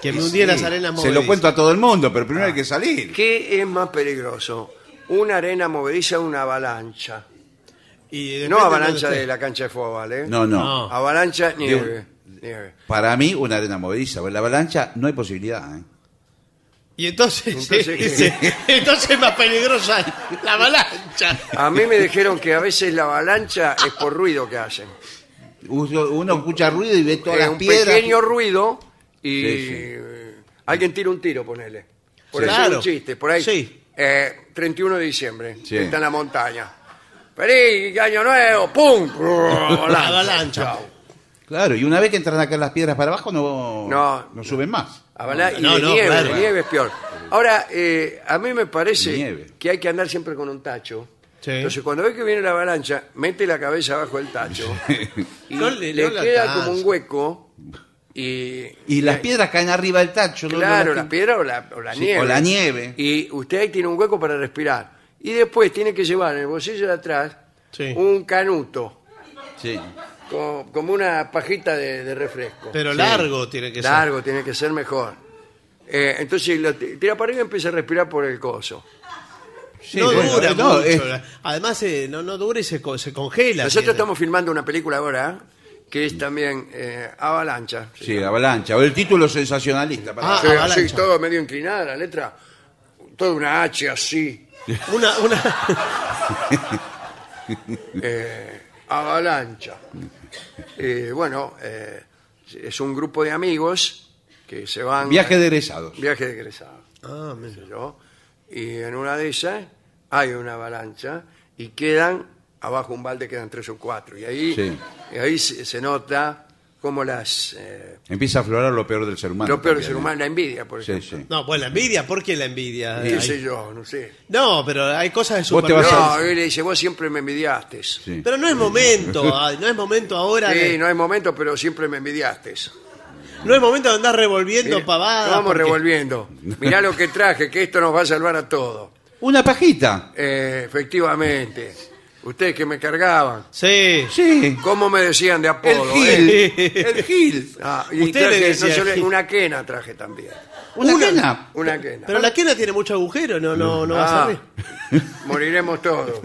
que me hundí en
Sí,
las arenas
Se
movedizas.
lo cuento a todo el mundo, pero
Ah.
primero hay que salir.
¿Qué es más peligroso? ¿Una arena movediza o una avalancha?
Y depende
No
de
avalancha
dónde
de la cancha de fútbol, ¿eh?
No, no.
No.
Avalancha,
un-
nieve. nieve.
Para mí, una arena movediza. Porque La avalancha no hay posibilidad. ¿eh?
estés. Y entonces,
Entonces, ¿qué?
sí, sí. entonces es más peligrosa la avalancha.
A mí me dijeron que a veces la avalancha es por ruido que hacen.
Uno, uno escucha ruido y ve todas
Es
las
un
piedras.
pequeño ruido y
Sí, sí.
eh, alguien tira un tiro, ponele. Por
Sí.
ahí es
Claro.
un chiste, por ahí.
Sí.
eh, 31 de diciembre,
Sí.
está en la montaña. Feliz año nuevo, ¡pum!
La
Avalancha.
avalancha.
Claro, y una vez que entran acá en las piedras para abajo, no,
No.
no, suben más.
Avalan- y
No,
de
no,
nieve,
claro.
de nieve es peor. Ahora, eh, a mí me parece
Nieve.
que hay que andar siempre con un tacho.
Sí.
Entonces, cuando ve que viene la avalancha, mete la cabeza abajo del tacho y
No le-
le,
no la
queda
alcanza.
como un hueco y...
Y las piedras caen arriba del tacho. ¿no?
Claro,
Las
la
que-
piedra o la, o la
Sí,
nieve.
o la nieve.
Y usted ahí tiene un hueco para respirar. Y después tiene que llevar en el bolsillo de atrás
Sí.
un canuto,
Sí.
co- como una pajita de, de refresco.
Pero largo tiene que ser.
Largo, tiene que ser mejor. Eh, entonces lo t- tira para arriba y empieza a respirar por el coso.
Sí,
no
bueno,
dura
no,
mucho.
es-
Además, eh, no, no dura y se, co- se congela.
Nosotros
Tiene-
estamos filmando una película ahora ¿eh? que es también eh, Avalancha.
Sí, la avalancha. O el título sensacionalista. para-
Ah,
Sí,
Avalancha.
así, todo medio inclinada la letra. Toda una H así.
Una, una...
eh, avalancha. Eh, bueno, eh, es un grupo de amigos que se van.
Viaje de egresados.
Viaje de egresados,
Ah, mira.
qué sé yo. Y en una de esas hay una avalancha y quedan abajo un balde quedan tres o cuatro. Y ahí,
Sí.
y ahí se, se nota como las... eh,
Empieza a aflorar lo peor del ser humano.
lo peor del
también,
ser
¿eh?
humano, la envidia, por
Sí,
ejemplo.
sí.
No, pues la envidia, ¿por qué la envidia?
¿Qué
Hay-
sé yo? No sé.
No, pero hay cosas de
Vos te vas
supervivencia.
No, él le dice, vos siempre me envidiaste. Sí,
Sí.
Pero no es momento, ay, no es momento ahora. de-
no hay momento, pero siempre me envidiaste.
no es momento de andar revolviendo
Mira,
pavadas.
Vamos
porque-
revolviendo. Mirá lo que traje, que esto nos va a salvar a todos.
Una pajita.
Eh, efectivamente. Ustedes que me cargaban.
Sí.
Sí.
¿Cómo me decían de
El
Apolo?
Gil.
eh?
El Gil.
Ah, y
Usted le
traje, no
decía
solo-
Gil.
una quena traje también.
Una, cana.
Una quena.
Pero la quena tiene mucho agujero, no, no, no va a
Ah,
salir.
moriremos todos.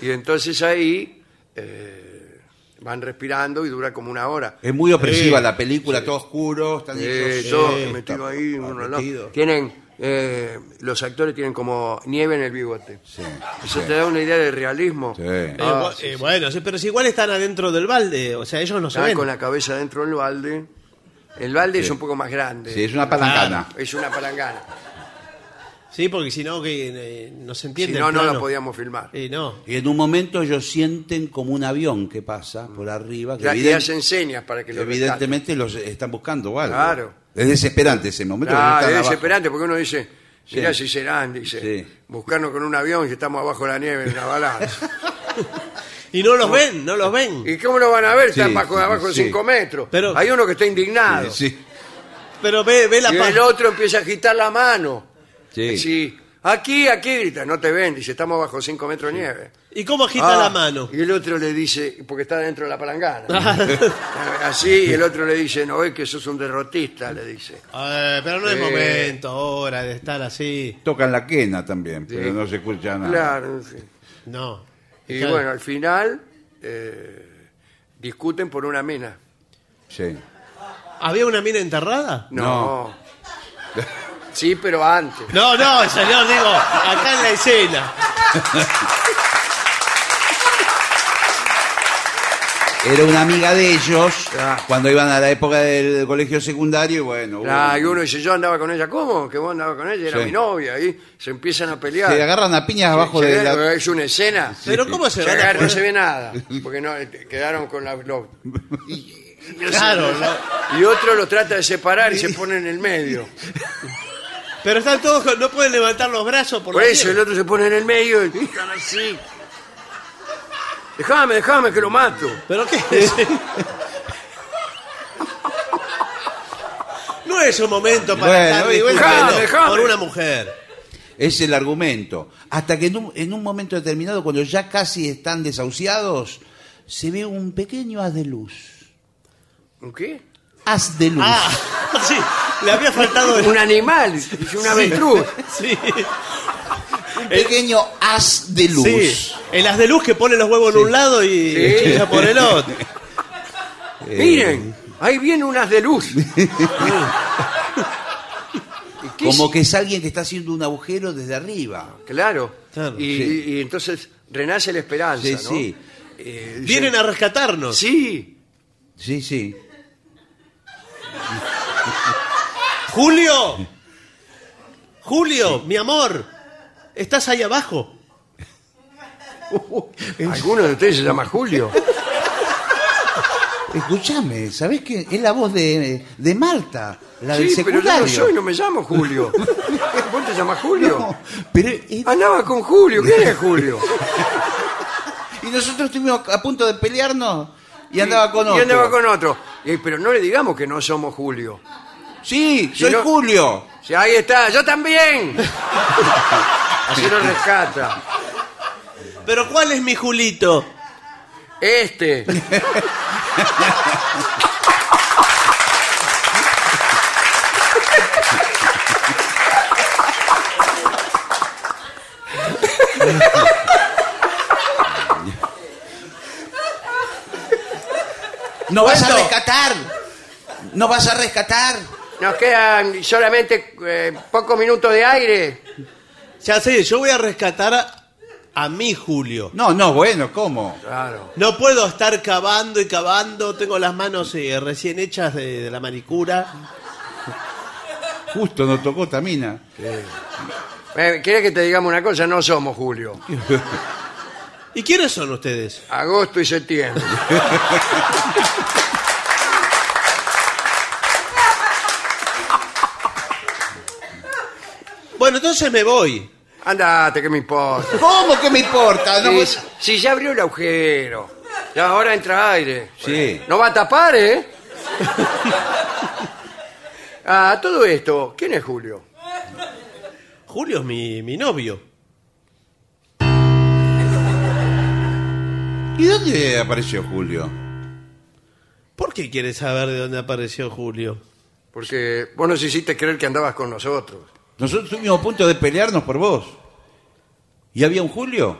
y entonces ahí eh, van respirando y dura como una hora.
Es muy opresiva la película, todo oscuro. Están
Eh,
hechos-
todo
Sí.
metido ahí, uno no.
metido.
Tienen, eh, los actores tienen como nieve en el bigote. Eso te da una idea del realismo.
Sí.
Eh,
Ah,
bu- eh, Bueno, sí, pero si igual están adentro del balde, o sea, ellos no se
Están Ah,
ven.
con la cabeza dentro del balde. El balde es un poco más grande. Ah,
Sí, es una palangana.
Es una palangana.
Sí, porque si no, que eh, no se
Si
entiende.
no,
el
no la
plano.
podíamos filmar.
Eh,
Y no.
Y en un momento ellos sienten como un avión que pasa por arriba. Que
Ya, y
eviden-
hacen señas para que lo rescaten.
evidentemente los están buscando o algo.
Claro.
Es desesperante ese momento.
Ah, es
porque están abajo.
desesperante porque uno dice, mirá
Sí.
si serán, dice,
Sí.
buscarnos con un avión y estamos abajo de la nieve en una balanza.
Y no los ven, no los ven.
¿Y cómo lo van a ver? Están
Sí,
bajo,
sí,
abajo de
sí.
5 metros.
Pero-
Hay uno que está indignado.
Sí.
Pero ve, ve la
y
paz.
el otro empieza a agitar la mano.
Sí.
Sí. Aquí, aquí, grita, no te ven, dice, estamos bajo 5 metros de nieve.
¿Y cómo agita
Ah,
la mano?
Y el otro le dice, porque está dentro de la palangana.
Ah.
Así, y el otro le dice, no ves que sos un derrotista, le dice.
Eh, pero no
Sí.
es momento ahora de estar así.
Tocan la quena también, pero no se escucha nada.
Claro, sí.
No.
Y
Claro.
bueno, al final eh, discuten por una mina.
Sí.
¿Había una mina enterrada?
No. sí, pero antes.
No, no, señor, digo, acá en la escena.
Era una amiga de ellos
Ah.
cuando iban a la época del colegio secundario y bueno.
Ah,
hubo-
y uno dice, yo andaba con ella. ¿Cómo? Que vos andabas con ella, era
Uh. Sí.
mi novia. Y se empiezan a pelear.
Se agarran a piñas abajo
Se
de
ve-
la...
Es una escena.
Pero ¿cómo se
Se
van a
agarran, no
poder-
se ve nada. Porque no, eh, quedaron con la... los- y, y- y-
Claro,
y-
no.
Y otro los trata de separar y se pone en el medio.
Pero están todos, con- no pueden levantar los brazos por,
Por
la
eso el
nieve.
otro se pone en el medio y están así. Déjame, déjame que lo mato.
¿Pero qué es? No es un momento para
Bueno,
estar
y-
discutiendo
Dejame, dejame.
por una mujer.
Es el argumento. Hasta que en un, en un momento determinado, cuando ya casi están desahuciados, se ve un pequeño haz de luz.
¿Un qué?
Haz de luz.
Ah, sí, le había faltado...
Un animal, es un avestruz.
Sí,
un pequeño haz de luz.
sí. El haz de luz que pone los huevos en un lado y
Sí.
chilla por el otro.
Eh,
Miren, ahí viene unas de luz. ¿Y qué
Como
es?
que es alguien que está haciendo un agujero desde arriba.
Claro.
Claro,
y,
sí.
y- y entonces renace la esperanza,
Sí,
¿no?
sí.
Eh, dice,
Vienen a rescatarnos.
Sí,
Sí, sí.
Julio, Julio, mi amor, estás ahí abajo.
alguno de ustedes se llama Julio.
Escúchame, ¿sabés qué? Es la voz de, de Marta, la del
sí, pero yo no
secundario.
soy, no me llamo Julio. ¿Vos te llamas Julio?
No, pero es-
Andaba con Julio, ¿quién es Julio?
y nosotros estuvimos a punto de pelearnos y andaba con otro.
Y andaba con otro. Eh, pero no le digamos que no somos Julio.
Sí,
Si
soy
no-
Julio.
Sí, ahí está, yo también. Así lo rescata.
Pero ¿cuál es mi Julito?
Este.
No vas a
Bueno.
rescatar. No vas a rescatar.
Nos quedan solamente eh, pocos minutos de aire.
Ya sé, yo voy a rescatar a, a mi Julio.
No, no, bueno, ¿cómo?
Claro.
No puedo estar cavando y cavando, tengo las manos eh, recién hechas de, de la manicura.
Justo nos tocó Tamina.
Eh, ¿Quieres que te digamos una cosa? No somos Julio.
¿Y quiénes son ustedes?
Agosto y septiembre.
Bueno, entonces me voy.
Andate, que me importa.
¿Cómo que me importa? No,
pues-
Si,
vos-
si ya abrió el agujero. Ya ahora entra aire.
Sí.
No va a tapar, ¿eh? ah, todo esto. ¿Quién es Julio?
Julio es mi, mi novio.
¿Y dónde apareció Julio?
¿Por qué quieres saber de dónde apareció Julio?
Porque vos nos hiciste creer que andabas con nosotros.
Nosotros estuvimos a punto de pelearnos por vos. ¿Y había un Julio?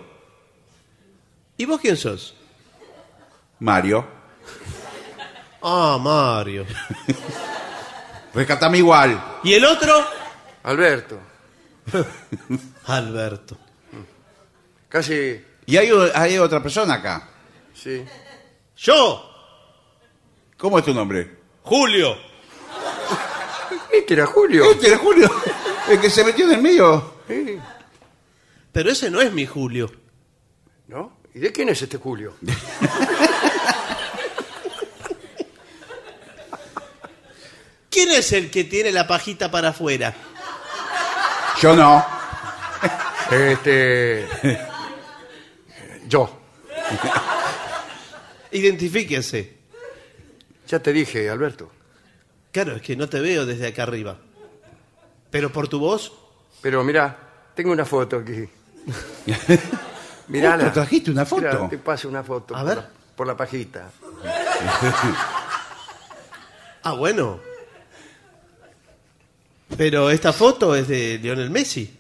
¿Y vos quién sos?
Mario.
Ah, Mario.
Rescatame igual.
¿Y el otro?
Alberto,
Alberto.
casi...
Y hay, o- hay otra persona acá.
Sí.
Yo,
¿Cómo es tu nombre?
Julio.
Este era Julio.
Este era Julio. El que se metió en el medio.
Sí.
Pero ese no es mi Julio.
¿No? ¿Y de quién es este Julio?
¿Quién es el que tiene la pajita para afuera?
Yo no.
Este... Yo.
Identifíquese.
Ya te dije, Alberto.
Claro, es que no te veo desde acá arriba. Pero por tu voz,
Pero mirá, tengo una foto aquí.
Otro,
Mirala.
trajiste una
Mirá,
foto.
te paso una foto.
A
por
ver.
la- por la pajita.
Ah, bueno. Pero esta foto es de Lionel Messi.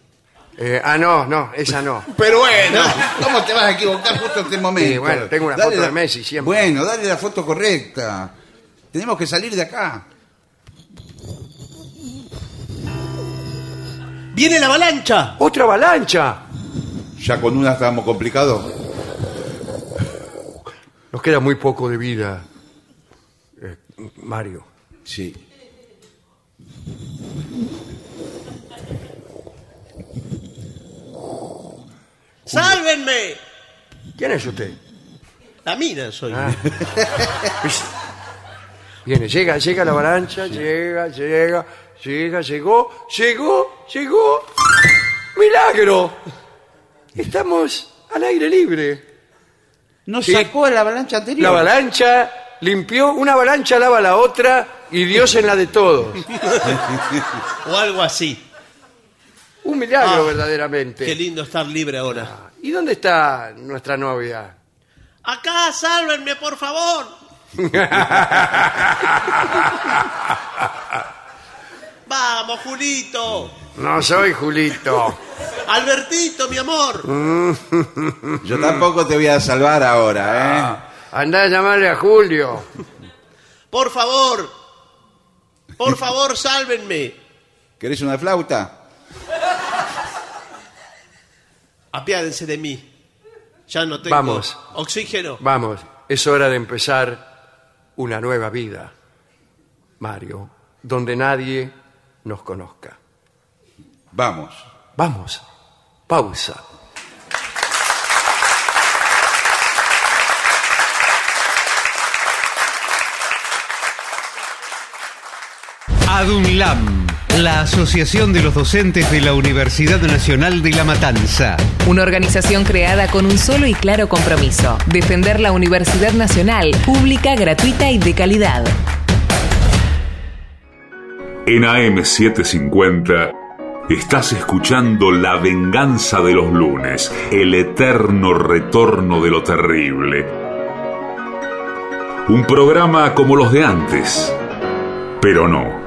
Eh, ah, no, no, esa no.
Pero bueno, ¿cómo te vas a equivocar justo en este momento?
Sí, bueno, tengo una foto de Messi siempre.
Bueno, dale la foto correcta. Tenemos que salir de acá.
¡Viene la avalancha!
¡Otra avalancha!
Ya con una estábamos complicados.
Nos queda muy poco de vida. Eh, Mario.
Sí.
¡Sálvenme!
¿Quién es usted?
La mina soy.
Viene, llega, llega la avalancha, llega, llega, llega, llegó, llegó, llegó. ¡Milagro! Estamos al aire libre.
Nos
Sí.
sacó a la avalancha anterior.
La avalancha limpió, una avalancha lava la otra y Dios en la de todos.
O algo así.
Un milagro
Ah, Qué
verdaderamente.
lindo estar libre ahora.
¿Y dónde está nuestra novia?
Acá, sálvenme, por favor. Vamos, Julito.
No soy Julito.
Albertito, mi amor.
Yo tampoco te voy a salvar ahora, ¿eh?
Ah, Andá a llamarle a Julio.
Por favor. Por favor, sálvenme.
¿Querés una flauta?
Apiádense de mí. Ya no tengo
Vamos.
oxígeno.
Vamos, es hora de empezar una nueva vida, Mario, donde nadie nos conozca.
Vamos.
Vamos, pausa.
ADUNLAM, la Asociación de los Docentes de la Universidad Nacional de La Matanza.
Una organización creada con un solo y claro compromiso, defender la Universidad Nacional, pública, gratuita y de calidad.
En AM750 estás escuchando La venganza de los lunes, el eterno retorno de lo terrible. Un programa como los de antes, pero no.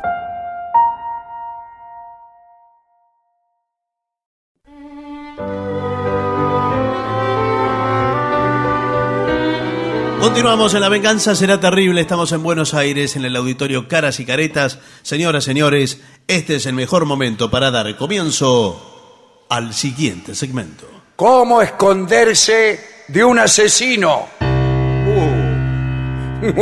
Continuamos en La Venganza Será Terrible. Estamos en Buenos Aires, en el auditorio Caras y Caretas. Señoras, señores, este es el mejor momento para dar comienzo al siguiente segmento.
¿Cómo esconderse de un asesino?
Uh.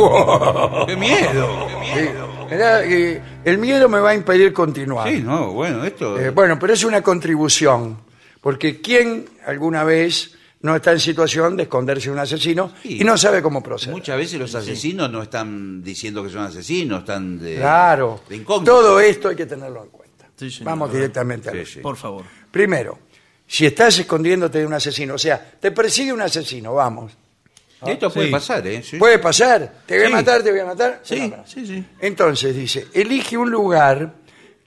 ¡Qué miedo!
Sí, mirá, eh, el miedo me va a impedir continuar.
Sí, no, bueno, esto.
Eh, bueno, pero es una contribución, porque ¿quién alguna vez no está en situación de esconderse un asesino y no sabe cómo proceder?
Muchas veces los asesinos no están diciendo que son asesinos, están de.
Claro,
de incógnito.
todo esto hay que tenerlo en cuenta. Vamos directamente a
Sí,
eso.
sí.
Por favor.
Primero, si estás escondiéndote de un asesino, o sea, te persigue un asesino, vamos.
Y esto puede
Sí.
pasar, ¿eh? Sí.
Puede pasar, te voy
Sí.
a matar, te voy a matar. te voy a matar.
Sí, sí.
Entonces dice, elige un lugar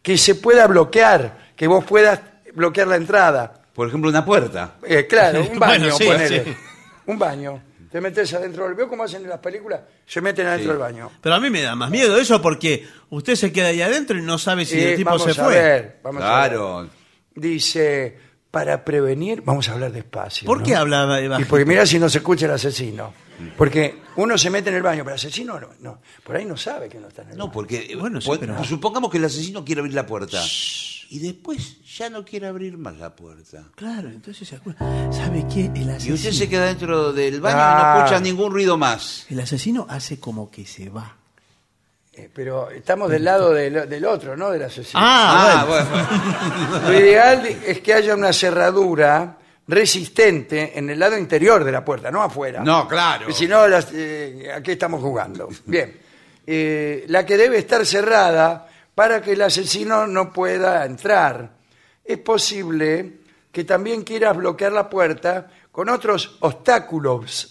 que se pueda bloquear, que vos puedas bloquear la entrada.
Por ejemplo, una puerta.
Eh, claro, un baño,
Bueno, sí,
ponele.
sí.
Un baño. Te metes adentro del... ¿Veo cómo hacen en las películas? Se meten adentro del baño.
Pero a mí me da más miedo eso porque usted se queda ahí adentro y no sabe si
Eh,
el tipo
vamos
se
a
fue.
ver, vamos a ver.
Claro.
Dice, para prevenir... Vamos a hablar despacio.
¿Por
¿no?
qué hablaba de
Y porque mira si no se escucha el asesino. Porque uno se mete en el baño, pero el asesino no, no. Por ahí no sabe que no está en el baño.
No, porque.
Bueno, sí,
pon-
pero-
Supongamos que el asesino quiere abrir la puerta. Y después ya no quiere abrir más la puerta.
Claro, entonces se acuerda. ¿Sabe qué? El
Y
asesino,
usted se queda dentro del baño y
Ah.
no escucha ningún ruido más.
el asesino hace como que se va.
Eh, Pero estamos del lado del, del otro, ¿no? Del asesino.
Ah,
bueno.
Lo ideal es que haya una cerradura resistente en el lado interior de la puerta, no afuera.
No, claro.
Si no, las- eh, aquí estamos jugando. Bien. Eh, la que debe estar cerrada para que el asesino no pueda entrar. Es posible que también quieras bloquear la puerta con otros obstáculos,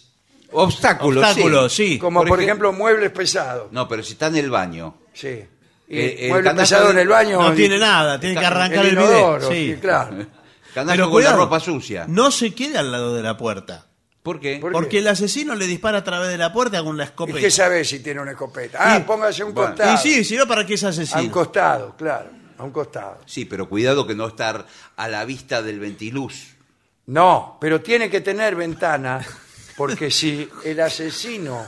Obstáculos.
Obstáculos, sí.
como por,
Por ej-
ejemplo muebles pesados.
No, pero si está en el baño.
Sí. Y
Eh, el
muebles
canasto
pesados
de-
en el baño.
No
y-
tiene nada, tiene que arrancar el, video.
inodoro, sí, claro.
Canasto con la ropa sucia.
No se quede al lado de la puerta.
¿Por qué?
¿Por
Porque el asesino le dispara a través de la puerta con la
¿Y
escopeta.
qué sabes si tiene una escopeta? Ah,
Sí.
póngase a un
Bueno.
costado.
Y sí, si no, ¿para qué es
a un
asesino?
costado, claro. A un costado.
Sí, pero cuidado que no estar a la vista del ventiluz.
No, pero tiene que tener ventana, porque si el asesino,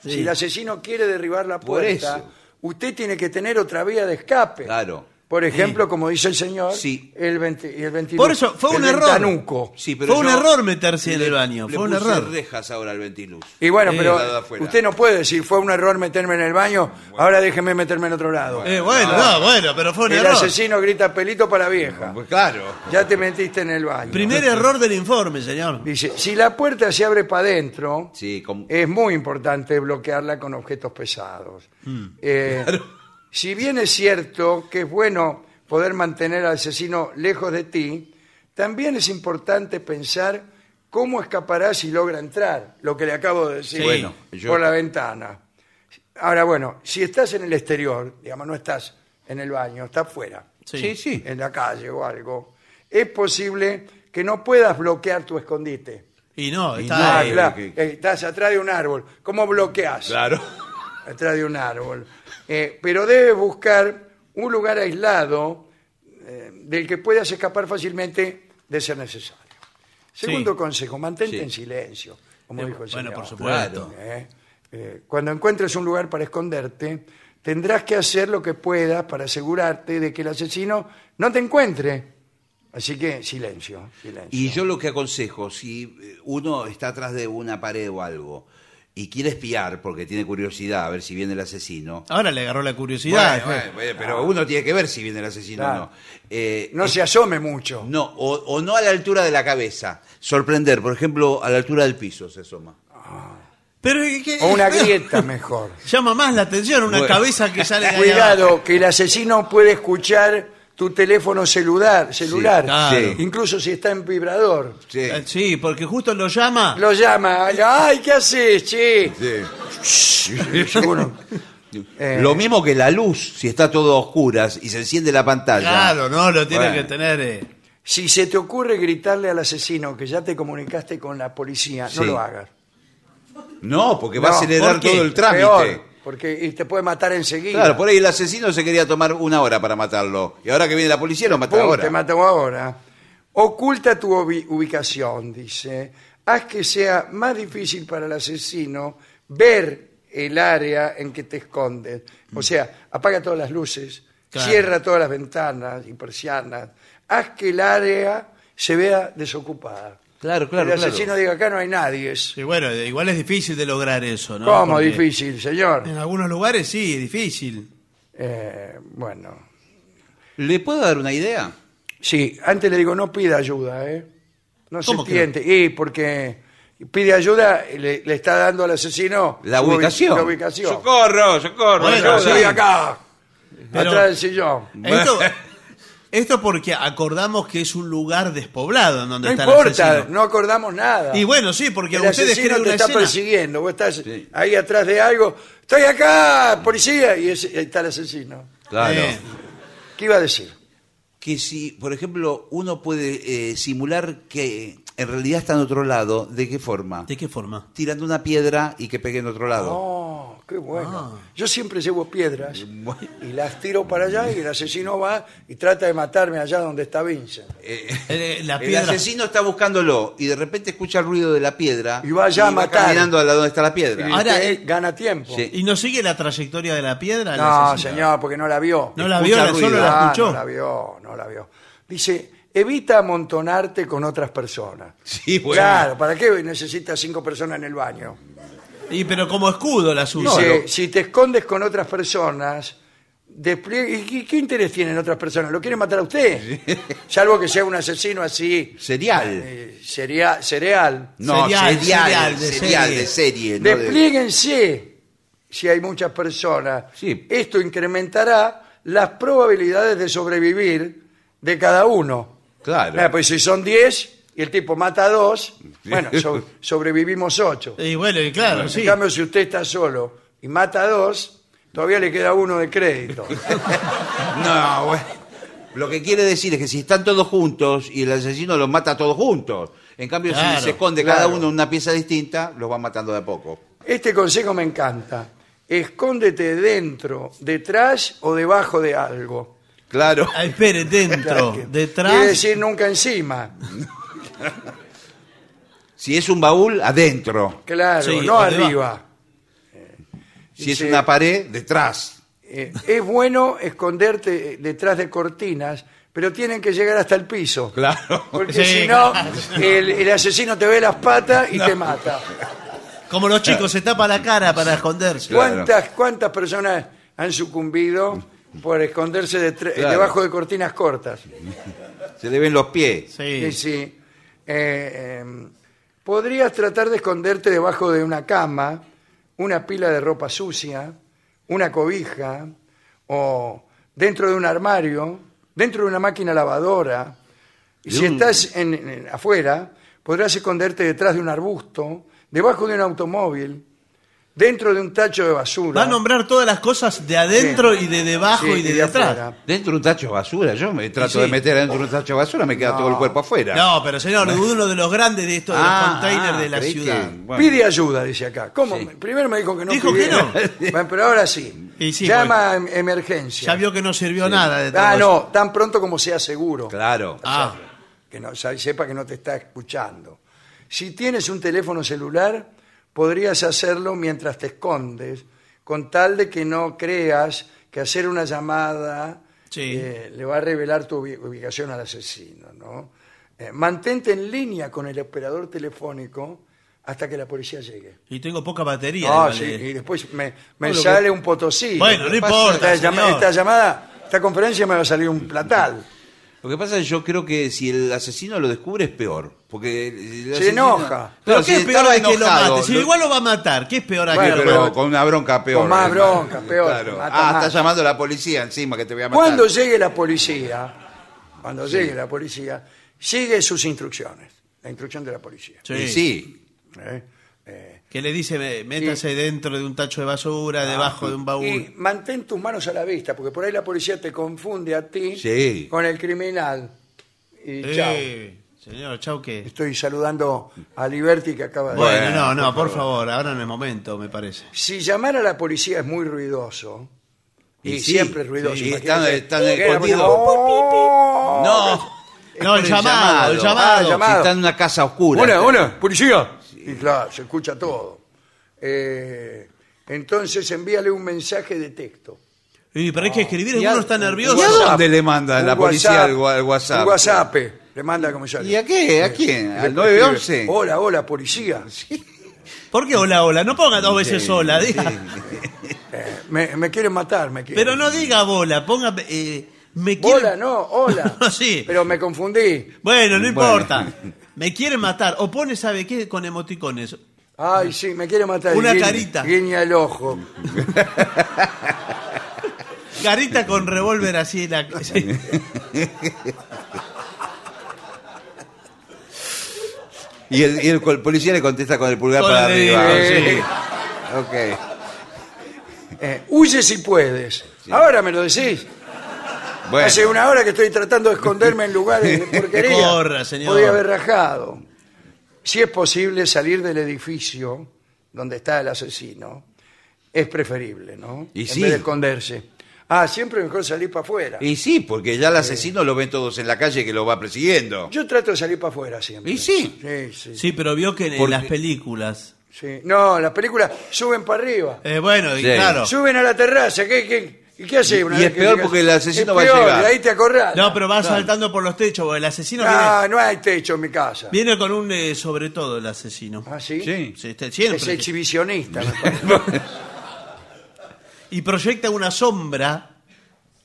si el asesino quiere derribar la
Por
puerta,
eso.
usted tiene que tener otra vía de escape.
Claro.
Por ejemplo, como dice el señor,
Sí.
el, venti- el ventiluz-
Por eso, fue
el
un error.
ventanuco.
Sí, pero
Fue un
yo
error meterse en
le-
el baño,
le
fue un
puse
error.
rejas ahora al ventiluz.
Y bueno,
Sí.
pero
Lado de afuera.
usted no puede decir, fue un error meterme en el baño, ahora déjeme meterme en otro lado. Ah.
Eh, bueno, no, bueno, pero fue un
el
error.
asesino grita pelito para vieja.
Pues claro.
Ya te metiste en el baño.
Primer error del informe, señor.
Dice, si la puerta se abre para adentro,
Sí, como-
es muy importante bloquearla con objetos pesados.
Hmm.
Eh, Si bien es cierto que es bueno poder mantener al asesino lejos de ti, también es importante pensar cómo escapará si logra entrar, lo que le acabo de decir,
Sí. Bueno, yo-
por la ventana. Ahora, bueno, si estás en el exterior, digamos, no estás en el baño, estás fuera
Sí.
sí, sí.
en la calle o algo, es posible que no puedas bloquear tu escondite.
Y no, está
no,
Ah,
ahí.
claro,
que-
estás atrás de un árbol. ¿Cómo bloqueas?
Claro.
Atrás de un árbol. Eh, pero debes buscar un lugar aislado eh, del que puedas escapar fácilmente de ser necesario. Segundo
Sí.
consejo, mantente
Sí.
en silencio, como
Eh,
dijo el
bueno,
señor.
por supuesto.
Claro.
Eh, eh, cuando encuentres un lugar para esconderte, tendrás que hacer lo que puedas para asegurarte de que el asesino no te encuentre. Así que silencio, silencio.
Y yo lo que aconsejo, si eh, uno está atrás de una pared o algo y quiere espiar porque tiene curiosidad a ver si viene el asesino.
Ahora le agarró la curiosidad.
Bueno, bueno, bueno, pero uno tiene que ver si viene el asesino
Claro.
o no. Eh,
No se asome mucho.
No, o, o no a la altura de la cabeza. Sorprender, por ejemplo, a la altura del piso se asoma.
Pero es que-
O una grieta mejor.
Llama más la atención una
Bueno.
cabeza que sale de ahí abajo.
Cuidado, que el asesino puede escuchar tu teléfono celular, celular
claro.
Sí.
incluso si está en vibrador.
Sí.
Eh, Sí, porque justo lo llama.
Lo llama, ay, ¿qué haces, che? Seguro. Eh,
Lo mismo que la luz, si está todo a oscuras y se enciende la pantalla.
Claro, no, lo tiene
Bueno.
que tener. eh.
Si se te ocurre gritarle al asesino que ya te comunicaste con la policía, no
Sí.
lo hagas.
No, porque va a
No,
acelerar
¿por qué?
todo el trámite.
Peor, porque y te puede matar enseguida.
Claro, por ahí el asesino se quería tomar una hora para matarlo. Y ahora que viene la policía lo mata
Pum,
ahora.
Te mató ahora. Oculta tu ubi- ubicación, dice. haz que sea más difícil para el asesino ver el área en que te escondes. O sea, apaga todas las luces,
Claro.
cierra todas las ventanas y persianas, haz que el área se vea desocupada.
Claro,
el asesino diga, acá no hay nadie.
Sí, bueno, igual es difícil de lograr eso, ¿no?
¿Cómo
Porque
difícil, señor? Eh,
En algunos lugares sí, es difícil.
bueno.
¿Le puedo dar una idea?
Sí, antes le digo, no pida ayuda, ¿eh? No se
¿Cómo que no?
tiente. Y porque pide ayuda, le, le está dando al asesino...
La
su ubi-
ubicación.
La ubicación.
¡Socorro, socorro!
Bueno,
ayuda!
estoy acá,
Pero-
atrás del sillón.
Esto, esto porque acordamos que es un lugar despoblado en donde
No
está el
importa,
asesino.
no acordamos nada.
Y bueno, sí, porque
el
usted describe
asesino te
una
está
escena-
persiguiendo, vos estás ahí atrás de algo, estoy acá, policía, y es- ahí está el asesino.
Claro.
Eh.
¿Qué iba a decir?
Que si, por ejemplo, uno puede eh, simular que en realidad está en otro lado, ¿de qué forma?
¿De qué forma?
Tirando una piedra y que pegue en otro lado.
Oh, qué bueno. Yo siempre llevo piedras y las tiro para allá y el asesino va y trata de matarme allá donde está Vincent.
Eh, el asesino está buscándolo y de repente escucha el ruido de la piedra y
va allá a matar.
caminando a la donde está la piedra.
Ahora,
Él "Eh, gana tiempo.
Sí.
¿Y no sigue la trayectoria de la piedra? el
No,
asesino?
señor, porque no la vio.
No la vio,
Escucha
la- solo
ruido.
la
Ah,
escuchó.
no la vio, no la vio. Dice, evita amontonarte con otras personas.
Sí, bueno.
Claro, ¿para qué necesitas cinco personas en el baño?
Y pero como escudo la suya.
Dice, si te escondes con otras personas, despliegue- ¿y qué, qué interés tienen otras personas? ¿Lo quieren matar a usted? Salvo que sea un asesino así.
Serial.
eh, seria- cereal.
No, serial, serial, de, serie. no de-
Desplieguense si hay muchas personas.
Sí.
Esto incrementará las probabilidades de sobrevivir de cada uno.
Claro.
Mira, pues si son 10 y el tipo mata a dos, bueno, so- sobrevivimos 8.
Y bueno, y claro,
en
sí.
cambio, si usted está solo y mata a dos, todavía le queda uno de crédito.
No, bueno. Lo que quiere decir es que si están todos juntos y el asesino los mata a todos juntos. En cambio,
Claro,
si se esconde
claro.
cada uno en una pieza distinta, los va matando de a poco.
Este consejo me encanta. Escóndete dentro, detrás o debajo de algo.
Claro.
Ah, espere, dentro,
Quiere
detrás.
decir nunca encima.
Si es un baúl, adentro.
Claro,
Sí,
no
o debajo.
arriba.
Si
Dice-
es una pared, detrás.
Eh, es bueno esconderte eh, detrás de cortinas, pero tienen que llegar hasta el piso.
Claro.
Porque
Sí.
si no, el, el asesino te ve las patas y te mata.
Como los chicos, se tapa la cara para esconderse.
¿Cuántas, ¿Cuántas personas han sucumbido por esconderse detra-
Claro.
debajo de cortinas cortas?
Se le ven los pies.
Sí, sí. Eh, eh, podrías tratar de esconderte debajo de una cama, una pila de ropa sucia, una cobija, o dentro de un armario, dentro de una máquina lavadora. Y
De
si
un-
estás en- en- afuera, podrás esconderte detrás de un arbusto, debajo de un automóvil, dentro de un tacho de basura.
Va a nombrar todas las cosas de adentro y de debajo
Sí,
y de,
y de
detrás.
afuera.
Dentro de un tacho de basura. Yo me trato
sí.
de meter adentro de un tacho de basura, me queda todo el cuerpo afuera.
No, pero señor, uno de los grandes de estos de
Ah,
los containers
ah,
de la
creí
ciudad.
que- bueno.
Pide ayuda, dice acá. ¿Cómo? Primero me dijo que no
Dijo que
pidiera.
no.
Bueno, pero ahora sí.
Y sí,
Llama a em- emergencia.
Ya vio que no sirvió nada de todo
Ah,
eso.
no, tan pronto como sea seguro.
Claro.
Ah,
Que no, sa- sepa que no te está escuchando. Si tienes un teléfono celular, podrías hacerlo mientras te escondes, con tal de que no creas que hacer una llamada
Sí.
eh, le va a revelar tu ubi- ubicación al asesino. ¿no? Eh, mantente en línea con el operador telefónico hasta que la policía llegue.
y tengo poca batería.
Ah,
igual,
sí,
eh.
y después me, me
Bueno,
sale
que-
un potosí.
Bueno, no
Pasa-
importa,
Esta, llama-
señor.
esta llamada, esta conferencia me va a salir un platal.
Lo que pasa es que yo creo que si el asesino lo descubre es peor. Porque el- el
Se
asesino-
enoja.
Claro,
Pero
si
¿qué es peor
estaba
a que lo
enojado,
mate? Si
lo-
igual lo va a matar, ¿qué es peor a
Bueno,
que
pero
lo mate?
con una bronca peor.
Con más
hermano.
bronca, peor,
Claro.
mata
Ah,
más.
está llamando a la policía encima que te voy a matar.
Cuando llegue la policía, cuando llegue la policía, sigue sus instrucciones, la instrucción de la policía.
Sí.
Y sí.
¿eh? Eh,
Que le dice, "Ve, métase dentro de un tacho de basura, debajo de un baúl.
y mantén tus manos a la vista, porque por ahí la policía te confunde a ti
Sí.
con el criminal. Y chao.
Eh, señor, chau que...
Estoy saludando a Liberty que acaba de...
Bueno, no, no, por favor, ahora no es momento, me parece.
Si llamar a la policía es muy ruidoso, y,
Y sí,
siempre es ruidoso.
sí,
imagínate,
están- están
que era muy-
escondidos.
¡Oh!
No.
No, el llamado, el
Ah,
llamado.
Si está en una casa oscura.
Hola, hola, policía. Y claro, se escucha todo. Eh, entonces envíale un mensaje de texto.
Y, pero hay que escribir, uno está nervioso.
¿Y a dónde le manda
Un
la policía
WhatsApp,
al wa- al WhatsApp?
Un WhatsApp. Le manda al comisario.
¿Y a qué? ¿A quién?
Le
¿Al
escribe,
911?
Hola, hola, policía.
¿Por qué hola, hola? No ponga dos veces
Sí,
hola.
sí.
diga-
Eh, me, me quieren matar, me quieren.
Pero no diga bola, ponga... eh, me quieren...
Hola, no, hola.
sí.
Pero me confundí.
Bueno, no
Bueno.
importa. Me quieren matar. O pone, ¿sabe qué? Con emoticones.
Ay, sí, me quiere matar.
Una
Y guiña-
carita.
Guiña el ojo.
Carita con revólver así. La... sí.
Y el, y el col- policía le contesta con el pulgar
Con
para
el
arriba.
dedo,
Sí.
Eh, huye si puedes. Ahora me lo decís.
Ok. Bueno.
Hace una hora que estoy tratando de esconderme en lugares de porquería.
Corra, señor.
Podía haber rajado. Si es posible salir del edificio donde está el asesino, es preferible, ¿no?
Y
en
sí.
vez de esconderse. Ah, siempre mejor salir para afuera.
Y sí, porque ya el asesino lo ven todos en la calle que lo va persiguiendo.
Yo trato de salir para afuera siempre.
Y sí.
Sí, sí.
Sí, pero vio que en
Porque-
las películas...
sí. No, las películas suben para arriba.
Eh, bueno, y
Sí.
claro.
Suben a la terraza. ¿Qué, qué, ¿Y qué hace?
Y- y es peor porque el asesino va a llegar.
Ahí te acordás.
No, pero va
Claro.
saltando por los techos. porque El asesino
Ah, no hay techo en mi casa.
viene, viene con un eh, sobre todo, el asesino.
¿Ah, sí?
Sí, está- siempre.
Es exhibicionista. me parece.
Y proyecta una sombra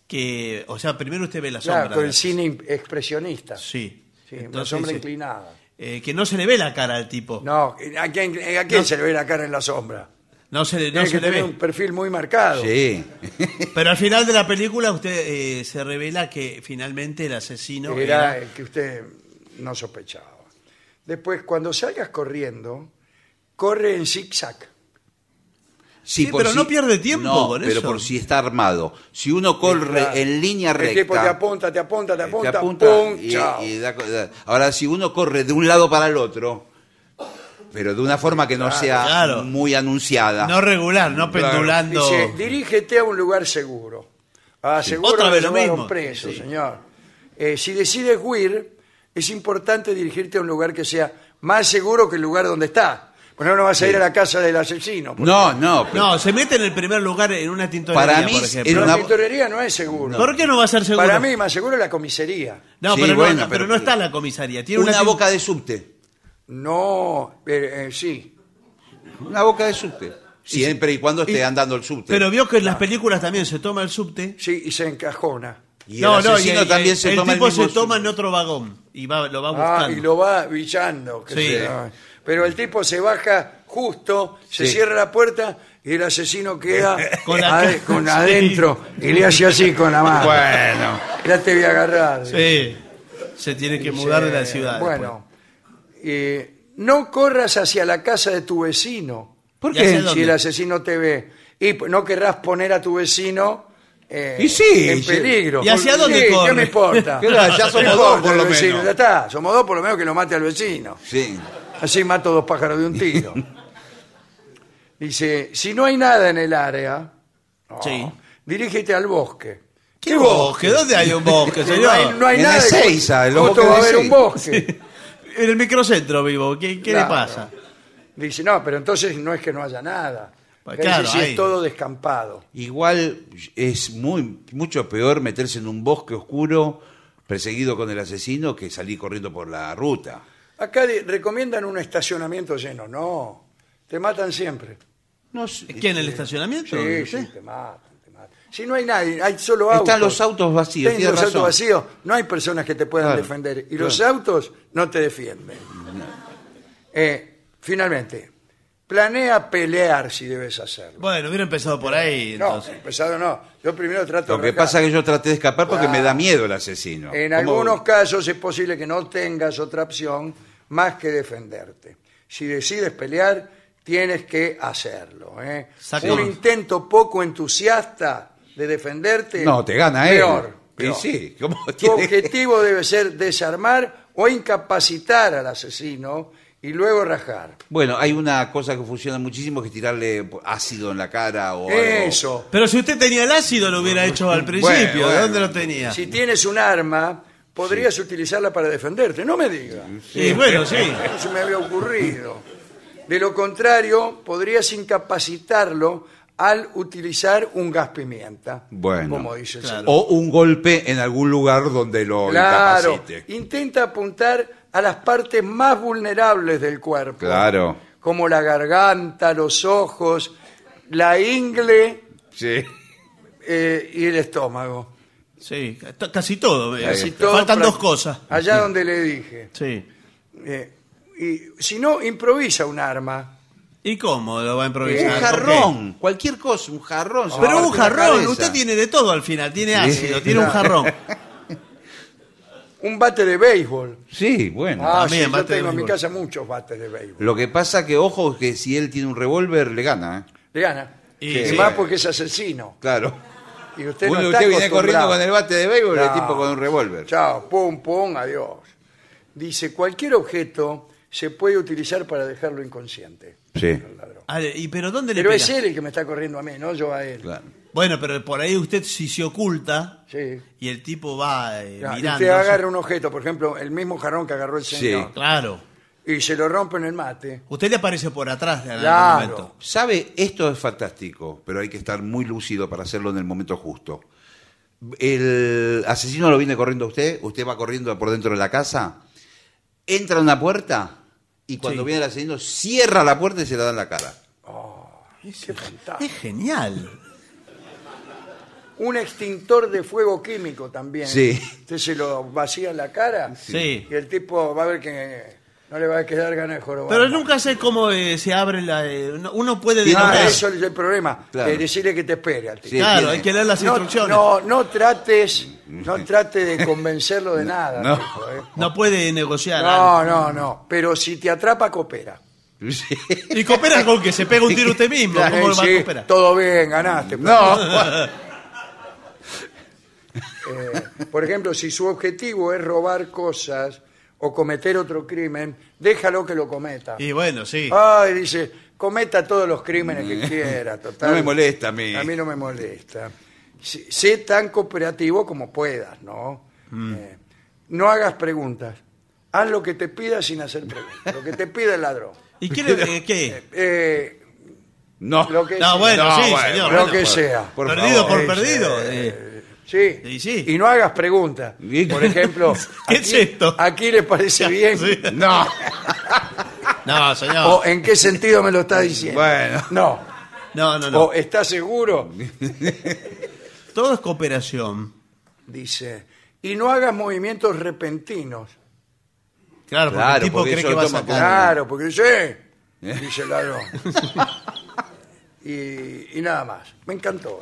que... O sea, primero usted ve la
claro,
sombra. eh,
con
de-
el cine imp- expresionista.
Sí.
Sí, una
Entonces,
sombra
sí.
inclinada.
Eh, que no se le ve la cara al tipo.
No, ¿a quién, a quién se le ve la cara en la sombra?
No se le, Eh, no
Tiene
se
que
le
tener
ve.
un perfil muy marcado.
Sí.
Pero al final de la película usted eh, se revela que finalmente el asesino
era
era...
el que usted no sospechaba. Después, cuando salgas corriendo, corre en zigzag.
Sí, pero no pierde tiempo
No,
con
pero
eso.
por si está armado. Si uno corre
Claro.
en línea recta.
El tipo te apunta, te apunta,
Eh,
te
te
apunta,
apunta
pum,
y-
chao.
y da- da- ahora, si uno corre de un lado para el otro, pero de una forma que no sea
claro.
muy anunciada.
No regular, no
Claro.
pendulando.
Dice, dirígete a un lugar seguro. Ah, seguro
otra
que
vez lo
llevaron
mismo.
preso,
Sí.
señor. Eh, si decides huir, es importante dirigirte a un lugar que sea más seguro que el lugar donde está. Porque no, no vas a ir a la casa del asesino. porque
no, no. pero-
No, se mete en el primer lugar en una tintorería,
Para mí
por
es
ejemplo.
en
La
una-
tintorería no es seguro.
¿Por qué no va a ser seguro?
Para mí, más seguro es la comisaría.
No,
Sí,
pero, no-
bueno,
pero no,
pero-
está la comisaría. Tiene
una
tin-
boca de subte.
No, eh, eh, sí.
Una boca de subte. Siempre y cuando esté andando el subte.
Pero vio que en las
Ah.
películas también se toma el subte.
Sí, y se encajona.
y el asesino también se
el
toma el
tipo
mismo
se toma
subte.
en otro vagón y va, lo va buscando.
Ah, y lo va brillando. qué
Sí.
sé yo. Pero el tipo se baja justo, se
Sí.
cierra la puerta y el asesino queda
Con la
ade-
cara,
con
sí.
adentro y le hace así con la mano.
Bueno.
Ya te voy a agarrar.
Sí, se tiene que
Dice,
mudar de la ciudad.
Bueno, eh, no corras hacia la casa de tu vecino.
¿Por
¿Y hacia
qué?
dónde?
Si el asesino te ve. Y p- no querrás poner a tu vecino eh,
Y sí,
en
sí.
peligro.
¿Y hacia dónde
Sí, ¿Qué
corre?
me importa?
Claro, ya somos
Me
dos,
importa
por
el
lo
vecino,
menos.
Ya está, somos dos por lo menos que lo mate al vecino.
Sí.
Así mato dos pájaros de un tiro. Dice, si no hay nada en el área, no,
Sí.
dirígete al bosque.
¿Qué bosque? ¿Dónde hay un bosque,
No hay,
señor? ¿Eh?
no hay
En
nada.
Ezeiza, el
justo
bosque de
va a haber un
Ezeiza.
bosque.
En el microcentro vivo. ¿Qué, qué
Claro.
le pasa?
Dice, no, pero entonces no es que no haya nada.
Pues
Dice,
claro,
si
ahí.
es todo descampado.
Igual es muy mucho peor meterse en un bosque oscuro perseguido con el asesino que salir corriendo por la ruta.
Acá de- recomiendan un estacionamiento lleno. No, te matan siempre.
No sé.
¿Qué, en el estacionamiento?
Sí,
¿Usted?
sí, te matan, te matan. Si no hay nadie, hay solo autos.
Están los autos vacíos,
Están
tiene
los autos
razón.
vacíos, no hay personas que te puedan
Claro,
defender. Y
claro.
los autos no te defienden. Eh, finalmente, planea pelear si debes hacerlo.
Bueno, hubiera empezado por ahí,
No,
entonces.
pesado no. Yo primero trato
Lo
de
que
arrancar.
pasa es que yo traté de escapar porque
Claro.
me da miedo el asesino.
En
¿Cómo?
algunos casos es posible que no tengas otra opción más que defenderte. Si decides pelear, tienes que hacerlo. ¿eh?
Saca-
Un
Sí.
intento poco entusiasta de defenderte.
No, te gana él.
peor,
Y
peor.
sí, ¿cómo
Tu
tiene-
objetivo debe ser desarmar o incapacitar al asesino y luego rajar.
Bueno, hay una cosa que funciona muchísimo que es tirarle ácido en la cara o algo.
Eso.
Pero si usted tenía el ácido, lo hubiera hecho al principio.
bueno.
¿De dónde lo tenía?
Si tienes un arma, podrías utilizarla para defenderte. No me digas.
Sí, bueno, sí.
No se me había ocurrido. De lo contrario, podrías incapacitarlo al utilizar un gas pimienta.
Bueno.
Como dice el señor.
O un golpe en algún lugar donde lo
Claro,
incapacite.
intenta apuntar a las partes más vulnerables del cuerpo,
Claro.
como la garganta, los ojos, la ingle
Sí.
eh, y el estómago.
Sí, t- casi todo. veo.
Casi todo
Faltan
pra-
dos cosas.
Allá donde le dije.
Sí.
Eh, y si no, improvisa un arma. Eh,
¿Y cómo lo va a improvisar?
Un
¿Por qué?
jarrón, cualquier cosa, un
Ah,
jarrón. se
Pero
parte
un
la
jarrón,
cabeza.
usted tiene de todo al final, tiene
Sí,
ácido, tiene un
claro.
jarrón.
Un bate de béisbol.
Sí, bueno.
Ah, sí, yo tengo en mi casa muchos bates de béisbol.
Lo que pasa que, ojo, que si él tiene un revólver, le gana. ¿eh?
Le gana.
Y-
Y,
sí.
más porque es asesino.
Claro.
Y usted
Uno,
no está
usted viene corriendo
acostumbrado.
con el bate de béisbol y el
No.
tipo con un revólver.
Chao, pum, pum, adiós. Dice, cualquier objeto se puede utilizar para dejarlo inconsciente.
Sí.
Ah, ¿Y pero dónde le
Pero es
pega?
él el que me está corriendo a mí, no yo a él.
Bueno, pero por ahí usted si se oculta
Sí.
y el tipo va eh,
Ya, y
mirando.
usted agarra un objeto, por ejemplo, el mismo jarrón que agarró el señor,
Claro.
y se lo rompe en el mate.
Usted le aparece por atrás en algún
Claro.
momento.
¿Sabe? Esto es fantástico, pero hay que estar muy lúcido para hacerlo en el momento justo. El asesino lo viene corriendo a usted, usted va corriendo por dentro de la casa, entra a una puerta y cuando
Sí.
viene el asesino cierra la puerta y se la da en la cara.
Qué fantástico.
Ah. Es genial.
Un extintor de fuego químico también.
Sí.
Usted se lo vacía en la cara
Sí.
y el tipo va a ver que no le va a quedar ganas de jorobar.
Pero nunca sé cómo eh, se abre la. eh, no- uno puede
Ah,
denotar.
eso es el problema.
Claro.
eh, decirle que te espere al tipo.
Sí,
claro,
tiene-
hay que leer las
no,
instrucciones. No,
No, no trates, no trate de convencerlo de nada.
no.
tipo, ¿eh?
puede negociar.
No, no, no. Pero si te atrapa, coopera.
Y coopera con que se pega un tiro usted mismo.
Eh,
¿Cómo lo va
sí,
a cooperar?
todo bien, ganaste.
No.
Eh, por ejemplo, si su objetivo es robar cosas o cometer otro crimen, déjalo que lo cometa.
Y bueno, sí.
Ay, dice, cometa todos los crímenes Ah, que quiera, total.
Mm. No me molesta a mí.
A mí no me molesta. Sí, Sé tan cooperativo como puedas, ¿no?
Mm.
Eh, no hagas preguntas. Haz lo que te pida sin hacer preguntas. Lo que te pida el ladrón.
¿Y quiere eh, qué?
Eh,
No.
lo que
No,
sea.
bueno, sí,
bueno,
señor.
lo
bueno,
que
por-
sea.
por
perdido
favor.
por perdido. eh.
Sí.
Y sí.
Y no hagas preguntas.
Y-
Por ejemplo,
¿Qué es esto?
¿aquí le parece bien?
Sí.
No.
No, señor.
¿O en qué sentido me lo está diciendo?
Bueno.
No.
no, no, no.
¿O está seguro?
Todo es cooperación.
Dice, y no hagas movimientos repentinos.
Claro, porque
Claro,
el tipo
porque
cree
eso
que
lo
va a
toma
sacar.
Claro, porque dice, "Eh", dice el ladrón. y, y nada más. Me encantó.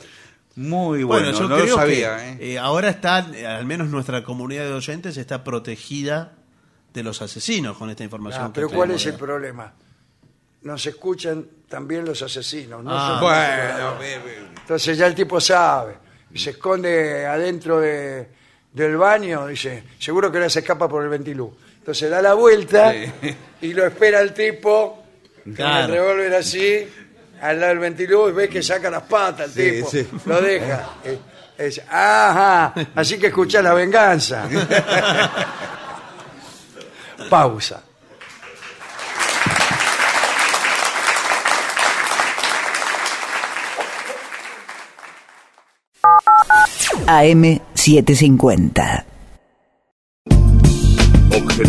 Muy
Bueno,
bueno,
yo
no
creo
lo sabía.
que
¿eh?
eh, ahora está, eh, al menos nuestra comunidad de oyentes está protegida de los asesinos con esta información.
Ah,
que
pero ¿cuál
tenemos,
es el
¿verdad?
problema? Nos escuchan también los asesinos. No
Ah.
solamente los
Bueno,
ladrones.
ve, ve.
Entonces ya el tipo sabe. Se esconde adentro de- del baño. Dice, seguro que ahora se escapa por el ventilú. Entonces da la vuelta
Sí.
y lo espera el tipo con el
Claro.
revólver así al lado del ventilú y ve que saca las patas el
Sí,
tipo.
sí.
Lo deja. Eh, Es, ajá, así que escucha la venganza. Pausa.
AM750.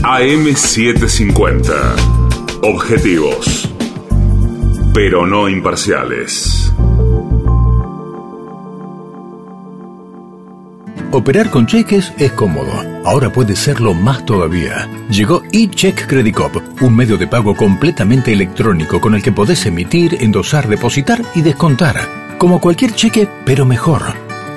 AM750. Objetivos. Pero no imparciales.
Operar con cheques es cómodo. Ahora puede serlo más todavía. Llegó eCheck Credit Cop, un medio de pago completamente electrónico con el que podés emitir, endosar, depositar y descontar. Como cualquier cheque, pero mejor.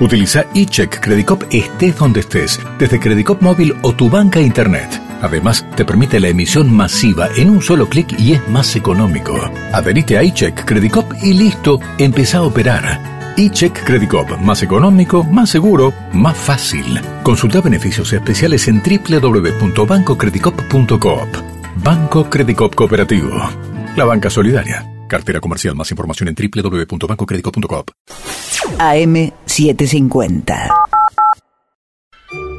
Utiliza eCheck Credit Cop estés donde estés, desde Credit Cop móvil o tu banca internet. Además, te permite la emisión masiva en un solo clic y es más económico. Adherite a eCheck Credit Cop y listo, empezá a operar. E-Check Credit Cop, más económico, más seguro, más fácil. Consulta beneficios especiales en www.bancocreditcop.coop. Banco Credit Cop Cooperativo. La banca solidaria. Cartera comercial. Más información en www.bancocreditcop.coop.
AM750.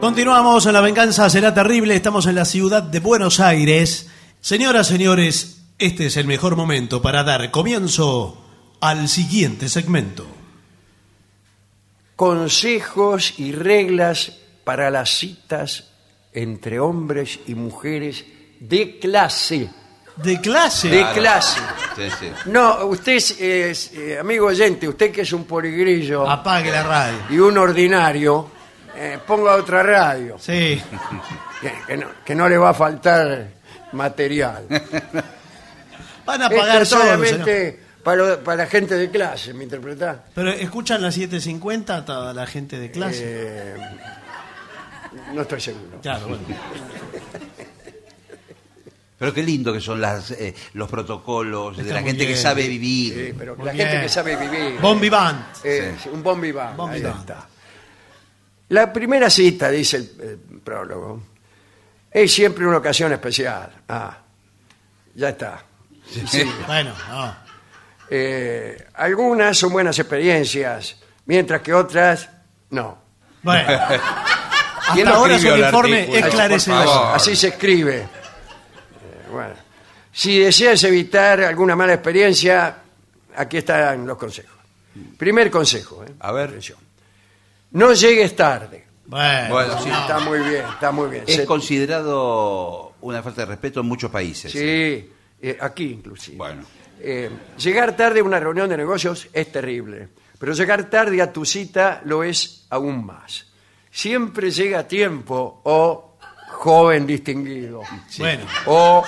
Continuamos en La Venganza Será Terrible. Estamos en la ciudad de Buenos Aires. Señoras, señores, este es el mejor momento para dar comienzo al siguiente segmento.
Consejos y reglas para las citas entre hombres y mujeres de clase.
¿De clase?
eh, De clase. No, usted es, es, eh, amigo oyente, usted que es un poligrillo.
Apague la radio.
Y un ordinario, eh, ponga otra radio.
Sí.
Que, que no, que no le va a faltar material.
Van a pagar
Esto
todo.
es
señor.
solamente para, para gente de clase, ¿me interpretás?
Pero escuchan las 7.50 a toda la gente de clase.
Eh, no estoy seguro.
Claro, bueno.
Pero qué lindo que son las, eh, los protocolos de
Está
la
muy
gente que
bien.
sabe vivir.
Sí, pero
Muy
la
bien.
gente que sabe vivir.
Bon vivant.
Eh, Un bon vivant.
Bon
ahí
vivant.
está. La primera cita, dice el, el prólogo, es siempre una ocasión especial. Ah, ya está. Sí.
Bueno, no.
Eh, algunas son buenas experiencias, mientras que otras no.
Bueno.
¿Quién
Hasta
lo
ahora su
escribió el
informe
artículo?
esclarecedor.
Por favor. Así se escribe. Eh, bueno. Si deseas evitar alguna mala experiencia, aquí están los consejos. Primer consejo. A ver. No llegues tarde.
Bueno,
Bueno,
Sí,
sí.
está muy bien, está muy bien.
Es
Se-
considerado una falta de respeto en muchos países.
sí, eh, aquí inclusive.
Bueno.
Eh, llegar tarde a una reunión de negocios es terrible, pero llegar tarde a tu cita lo es aún más. Siempre llega a tiempo, oh joven distinguido,
Bueno.
o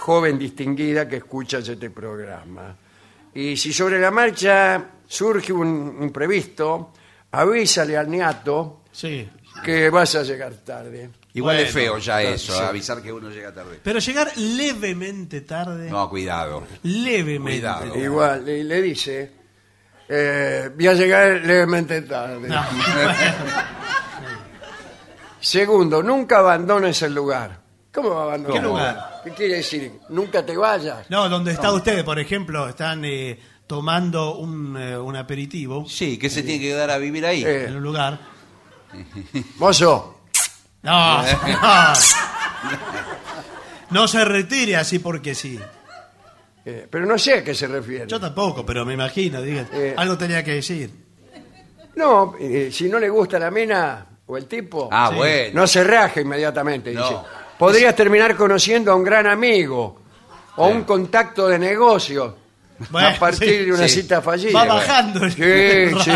joven distinguida que escuchas este programa. Y si sobre la marcha surge un imprevisto, avísale al niato
Sí.
que vas a llegar tarde.
Igual
Bueno,
es feo ya
claro,
eso,
sí.
avisar que uno llega tarde.
Pero llegar levemente tarde.
No, cuidado.
Levemente.
Cuidado.
Igual, le, le dice, eh, voy a llegar levemente tarde.
No, bueno.
Segundo, nunca abandones el lugar. ¿Cómo va a abandonar?
¿Qué lugar?
¿Qué quiere decir? Nunca te vayas.
No, donde está usted, por ejemplo, están eh, tomando un, eh, un aperitivo Eh,
Sí, que se tiene que quedar a vivir ahí.
Eh.
en un lugar.
Mozo,
No, no. No se retire así porque sí.
eh, pero no sé a qué se refiere.
Yo tampoco, pero me imagino, digan.
Eh.
Algo tenía que decir.
No, eh, si no le gusta la mina o el tipo,
Ah, bueno.
no se raje inmediatamente.
No.
Dice. Podrías terminar conociendo a un gran amigo o un contacto de negocio
Bueno,
a partir
sí,
de una
sí.
cita fallida.
Va bajando. el-
Sí, sí.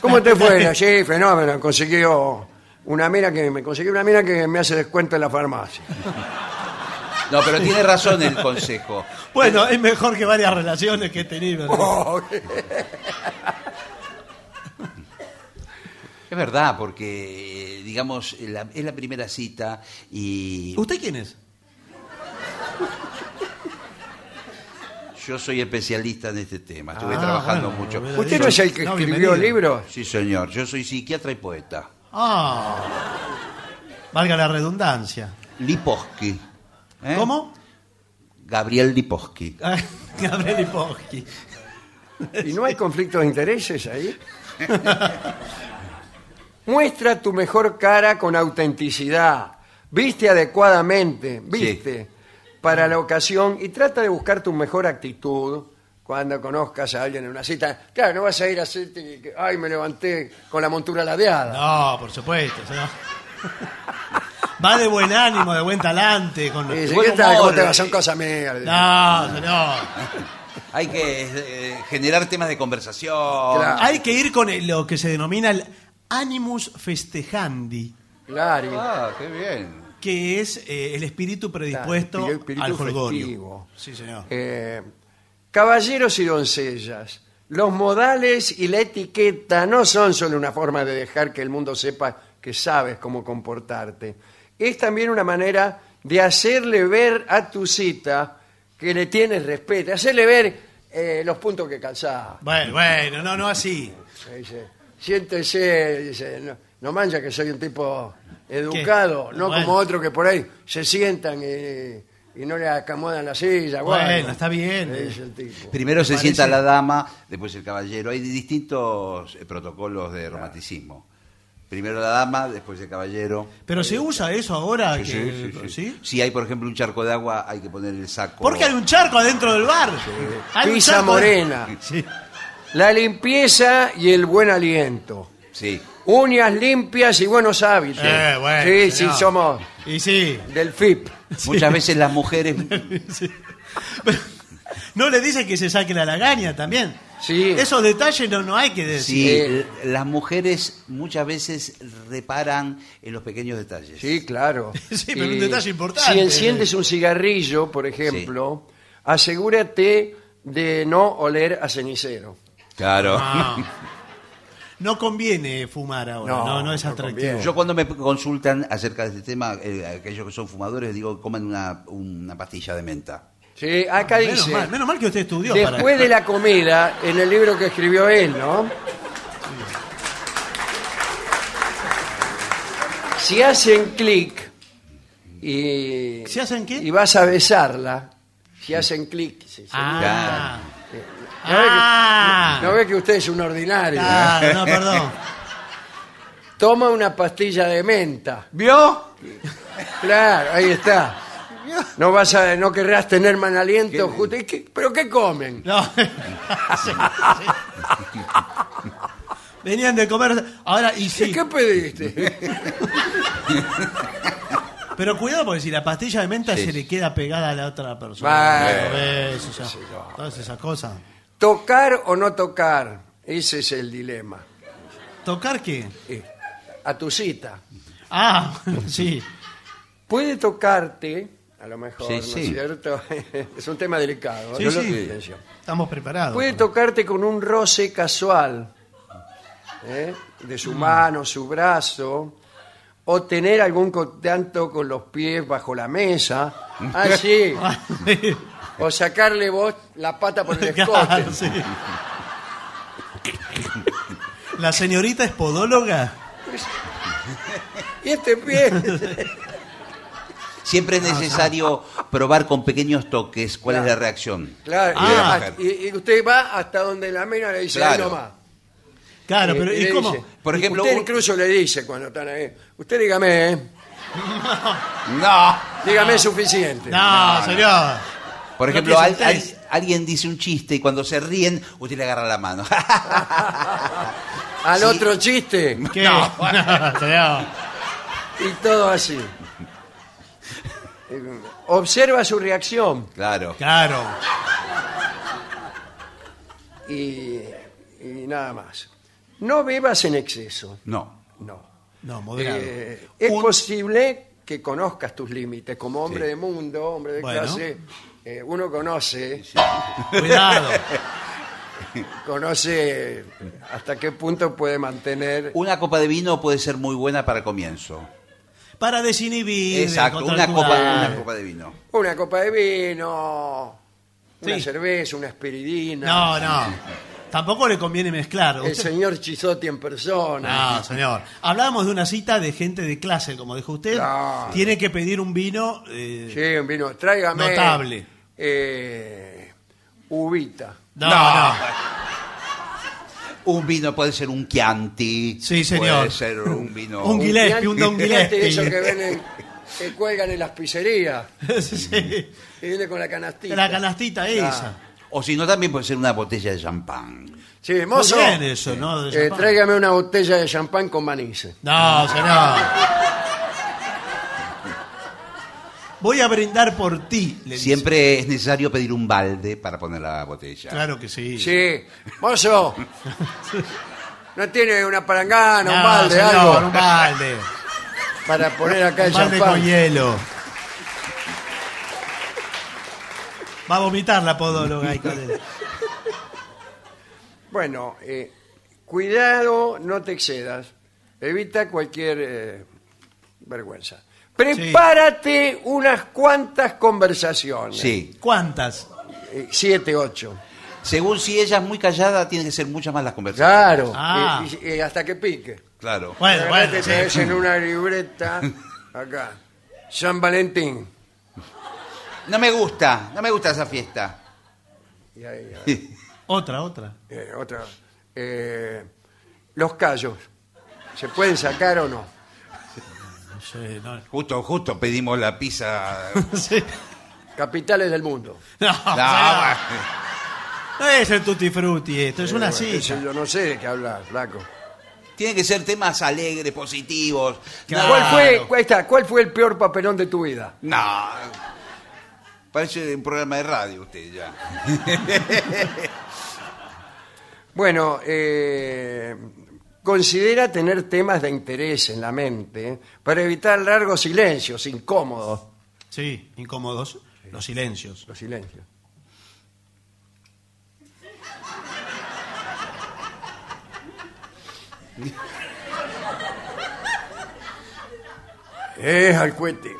¿Cómo te fue? Sí, fenómeno. Consiguió una mina que me consiguió una mina que me hace descuento en la farmacia.
No, pero tiene razón el consejo.
Bueno, es mejor que varias relaciones que he tenido. ¿no?
Es verdad, porque, eh, digamos, la- es la primera cita y
¿Usted quién es?
yo soy especialista en este tema. Estuve
Ah,
trabajando
bueno,
mucho.
hubiera
¿Usted no es el que
No,
escribió
bienvenido.
libros?
Sí, señor. Yo soy psiquiatra y poeta.
Ah. Valga la redundancia.
Lipovsky. ¿eh?
¿Cómo?
Gabriel Lipovsky.
Ah, Gabriel Lipovsky.
¿Y no hay conflicto de intereses ahí? Muestra tu mejor cara con autenticidad. Viste adecuadamente, viste, para la ocasión y trata de buscar tu mejor actitud cuando conozcas a alguien en una cita. Claro, no vas a ir a hacerte, que, ay, me levanté con la montura ladeada.
No, por supuesto. señor. Va de buen ánimo, de buen talante. Con
Y dice,
buen
¿qué tal? ¿Cómo
humor.
te va? Son cosas mías.
No, Ah, señor.
Hay que eh, generar temas de conversación.
Claro.
Oh. Hay que ir con el- lo que se denomina el animus festejandi,
Claro. y-
Ah, qué bien.
que es eh, el espíritu predispuesto
Claro, espíritu
al jolgorio.
festivo.
Sí, señor.
Eh, Caballeros y doncellas, los modales y la etiqueta no son solo una forma de dejar que el mundo sepa que sabes cómo comportarte. Es también una manera de hacerle ver a tu cita que le tienes respeto, hacerle ver eh, los puntos que calzás.
Bueno, bueno, no, no así.
Eh, Dice, siéntese, dice, no, no mancha que soy un tipo educado, no
Bueno.
como otro que por ahí se sientan y, y no le acomodan la silla. Bueno,
Bueno, está bien. eh.
le dice el tipo.
Primero se
Parece-
sienta la dama, después el caballero. Hay distintos eh, protocolos de romanticismo. Primero la dama, después el caballero.
Pero se usa eso ahora.
Sí,
que-
sí, sí, sí. Si hay, por ejemplo, un charco de agua, hay que poner el saco.
Porque hay un charco adentro del bar. Hay un
Pisa
charco-
morena. La limpieza y el buen aliento.
Sí.
Uñas limpias y buenos hábitos.
Eh, bueno,
sí, sí,
señor.
somos
Y sí.
del FIP.
Muchas veces las mujeres.
No le dicen que se saque la lagaña también.
Sí.
Esos detalles no, no hay que
Sí,
decir. eh,
l- las mujeres muchas veces reparan en los pequeños detalles.
Sí, claro.
Sí, pero
Y
un detalle importante. eh.
Si enciendes un cigarrillo, por ejemplo, asegúrate de no oler a cenicero.
Claro.
Ah. No conviene fumar ahora. No,
No,
no, es atractivo.
Yo cuando me consultan acerca de este tema, eh, aquellos que son fumadores, digo, coman una, una pastilla de menta.
Sí, acá
Ah, menos,
dice.
mal, menos mal que usted estudió. para-
Después de la comida, en el libro que escribió él, ¿no? Si hacen clic y.
¿Si hacen qué?
Y vas a besarla. Si hacen clic. si- si-
Ah.
No ve que-
Ah.
no- no ve que usted es un ordinario. ¿eh?
Claro, no, perdón.
Toma una pastilla de menta.
¿Vio?
Claro, ahí está. No vas a, no querrás tener mal aliento. justo- ¿y qué- ¿Pero qué comen?
Venían de comer. Ahora, y sí.
¿Qué pediste?
Pero cuidado, porque si la pastilla de menta
Sí.
se le queda pegada a la otra persona.
Bueno.
Los besos, ya. Todas esas cosas.
¿Tocar o no tocar? Ese es el dilema.
¿Tocar qué?
Eh, A tu cita.
Ah, sí.
Puede tocarte, a lo mejor,
Sí,
¿no
sí.
es cierto? es un tema delicado.
Sí,
¿eh?
sí.
Atención.
Estamos preparados.
Puede tocarte con un roce casual ¿eh? de
Mm.
su mano, su brazo, o tener algún contacto con los pies bajo la mesa, así, o sacarle vos la pata por el escote.
Claro, sí. ¿La señorita es podóloga?
Y este pie.
Siempre es
Ah,
necesario probar con pequeños toques cuál es la reacción.
Claro, ah,
de la
Ah.
y-
mujer.
y, y usted va hasta donde la mina le dice, ahí
Claro.
nomás.
Claro,
Eh,
pero ¿y
le
cómo?
dice,
Por ejemplo,
usted
un-
incluso le dice cuando están ahí, usted dígame, ¿eh?
No.
dígame es suficiente.
No, señor.
Por
No
ejemplo,
piensa
al-
en
al- alguien dice un chiste y cuando se ríen, usted le agarra la mano.
Al otro chiste.
¿Qué? No, señor.
Y todo así. Eh, Observa su reacción
Claro.
Claro.
y, y nada más. No bebas en exceso.
No.
No.
No, moderado.
Eh, es posible que conozcas tus límites. Como hombre de mundo, hombre de
Bueno.
clase, eh, uno conoce.
Cuidado.
conoce hasta qué punto puede mantener.
Una copa de vino puede ser muy buena para el comienzo.
Para desinhibir.
Exacto, una
descontracturar.
copa, una copa de vino.
Una copa de vino, una
Sí.
cerveza, una espiridina.
No, no. Tampoco le conviene mezclar.
El
Usted-
señor Chizotti en persona.
No, señor. Hablábamos de una cita de gente de clase, como dijo usted.
Claro.
Tiene que pedir un vino eh,
Sí, un vino. Tráigame.
notable.
eh, uvita.
No, no.
Un vino puede ser un Chianti.
Sí, señor.
Puede ser un vino.
Un Gillespie, un Don
Fíjate
Gillespie.
de esos que venden, que cuelgan en las pizzerías.
Sí.
Y viene con la canastita.
La canastita esa.
O si no, también puede ser una botella de champán.
Sí, mozo.
Muy bien eso, ¿no? De
eh,
champán.
tráigame una botella de champán con manice.
No, señor. Voy a brindar por ti. le dice.
Siempre es necesario pedir un balde para poner la botella.
Claro que sí.
Sí, mozo. ¿No tiene una palangana, Ah, un
No,
balde,
señor,
algo?
un balde.
Para poner acá el
Un balde con
champán.
hielo. Va a vomitar la podóloga ahí con él.
Bueno, eh, cuidado, no te excedas. Evita cualquier eh, vergüenza. Prepárate unas cuantas conversaciones.
Sí.
¿Cuántas?
Eh, siete, ocho.
Según si ella es muy callada, tiene que ser muchas más las conversaciones.
Claro. Eh,
Ah.
Y- y- y hasta que pique.
Claro.
Bueno, te traes en una libreta acá. eh, San Valentín.
No me gusta, no me gusta esa fiesta.
Y ahí, ah,
Otra, otra.
eh, otra. Eh, los callos. ¿Se pueden sacar o no?
Justo, justo pedimos la pizza.
Capitales del mundo.
No,
No,
o sea, no es el tutti frutti esto, es
Eh,
una
bueno, qué sé
silla.
Yo no sé de qué hablar, flaco.
Tiene que ser temas alegres, positivos.
¿Cuál, fue, cuál está, ¿Cuál fue el peor papelón de tu vida?
No. Parece un programa de radio usted ya.
Bueno, eh, considera tener temas de interés en la mente para evitar largos silencios incómodos.
Sí, incómodos. Los silencios.
Los silencios. Es al cuete.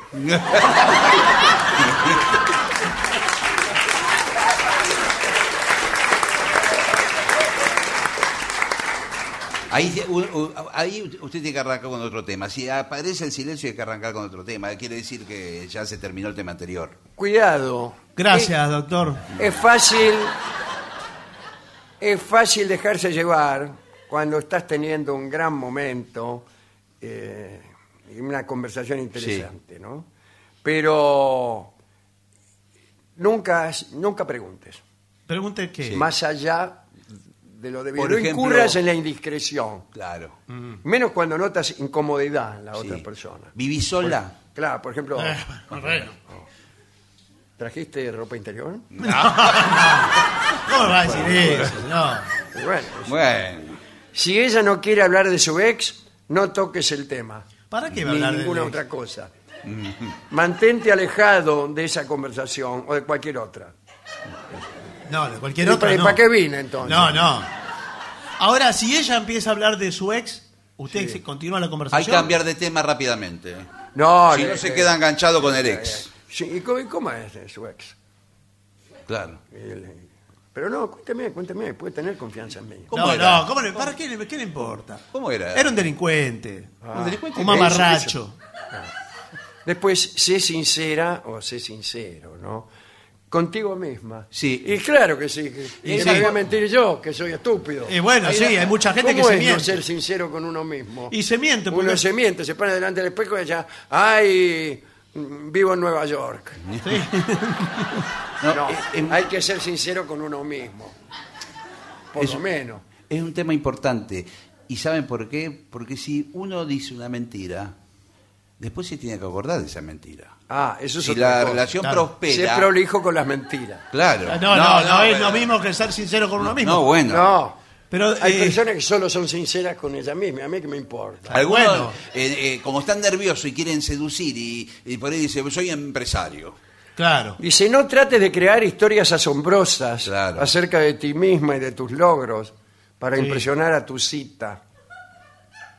Ahí, u- u- ahí usted tiene que arrancar con otro tema. Si aparece el silencio, hay que arrancar con otro tema. Quiere decir que ya se terminó el tema anterior.
Cuidado.
Gracias, doctor.
Es fácil. Es fácil dejarse llevar cuando estás teniendo un gran momento eh, y una conversación interesante, ¿no? Pero nunca, nunca preguntes.
Pregunte qué.
Más allá de lo debido.
Por
No
ejemplo-
incurras en la indiscreción.
Claro.
Mm.
Menos cuando notas incomodidad en la
Sí.
otra persona.
¿Vivís sola?
Por- claro, por ejemplo,
Eh, Correcto.
¿trajiste ropa interior?
¿Cómo va a decir eso? No.
Y bueno,
Bueno.
Si ella no quiere hablar de su ex, no toques el tema.
¿Para qué va a
Ni
hablar de
ninguna otra cosa. Mantente alejado de esa conversación o de cualquier otra.
No, de cualquier
¿Y
otra.
para-
no.
para qué vine, entonces?
No, no. Ahora, si ella empieza a hablar de su ex, usted se continúa la
Hay
conversación.
que cambiar de tema rápidamente.
No, eh,
si
le-
no se
le-
queda enganchado con el ex.
Eh, Sí, ¿Y cómo, y cómo es de su ex? eh,
Claro.
El- eh, Pero no, cuénteme, cuénteme, puede tener confianza en mí.
no,
¿Cómo era?
no, ¿cómo le, ¿para qué le, qué le importa?
¿Cómo era?
Era un delincuente.
Ah.
un delincuente. Un
Eso,
mamarracho.
Después, sé sincera o sé sincero, ¿no? Contigo misma.
Sí.
Y claro que sí. que-
Y
¿Y
sí.
me voy a mentir yo, que soy estúpido?
Y bueno, sí, hay mucha gente
¿cómo
que se
es no
miente?
ser sincero con uno mismo.
Y se miente.
Uno
porque-
se miente, se pone delante del espejo y ya, ay, mm, vivo en Nueva York.
No,
No, eh,
es- es-
hay que ser sincero con uno mismo. Por
Eso-
lo menos.
Es un tema importante. ¿Y saben por qué? Porque si uno dice una mentira, después se tiene que acordar de esa mentira.
Ah, eso es
Si
otra
la
cosa.
relación
Claro.
prospera.
Ser prolijo con las mentiras.
Claro.
No, no, no, es lo
bueno.
mismo que ser sincero con uno mismo.
No, bueno.
No.
Pero,
Hay
eh,
personas que solo son sinceras con ella misma, a mí que me importa.
Algunos,
Bueno.
eh, eh, como están nerviosos y quieren seducir, y, y por ahí dicen, soy empresario.
Claro.
Dice, no trates de crear historias asombrosas
Claro.
acerca de ti misma y de tus logros para
Sí.
impresionar a tu cita.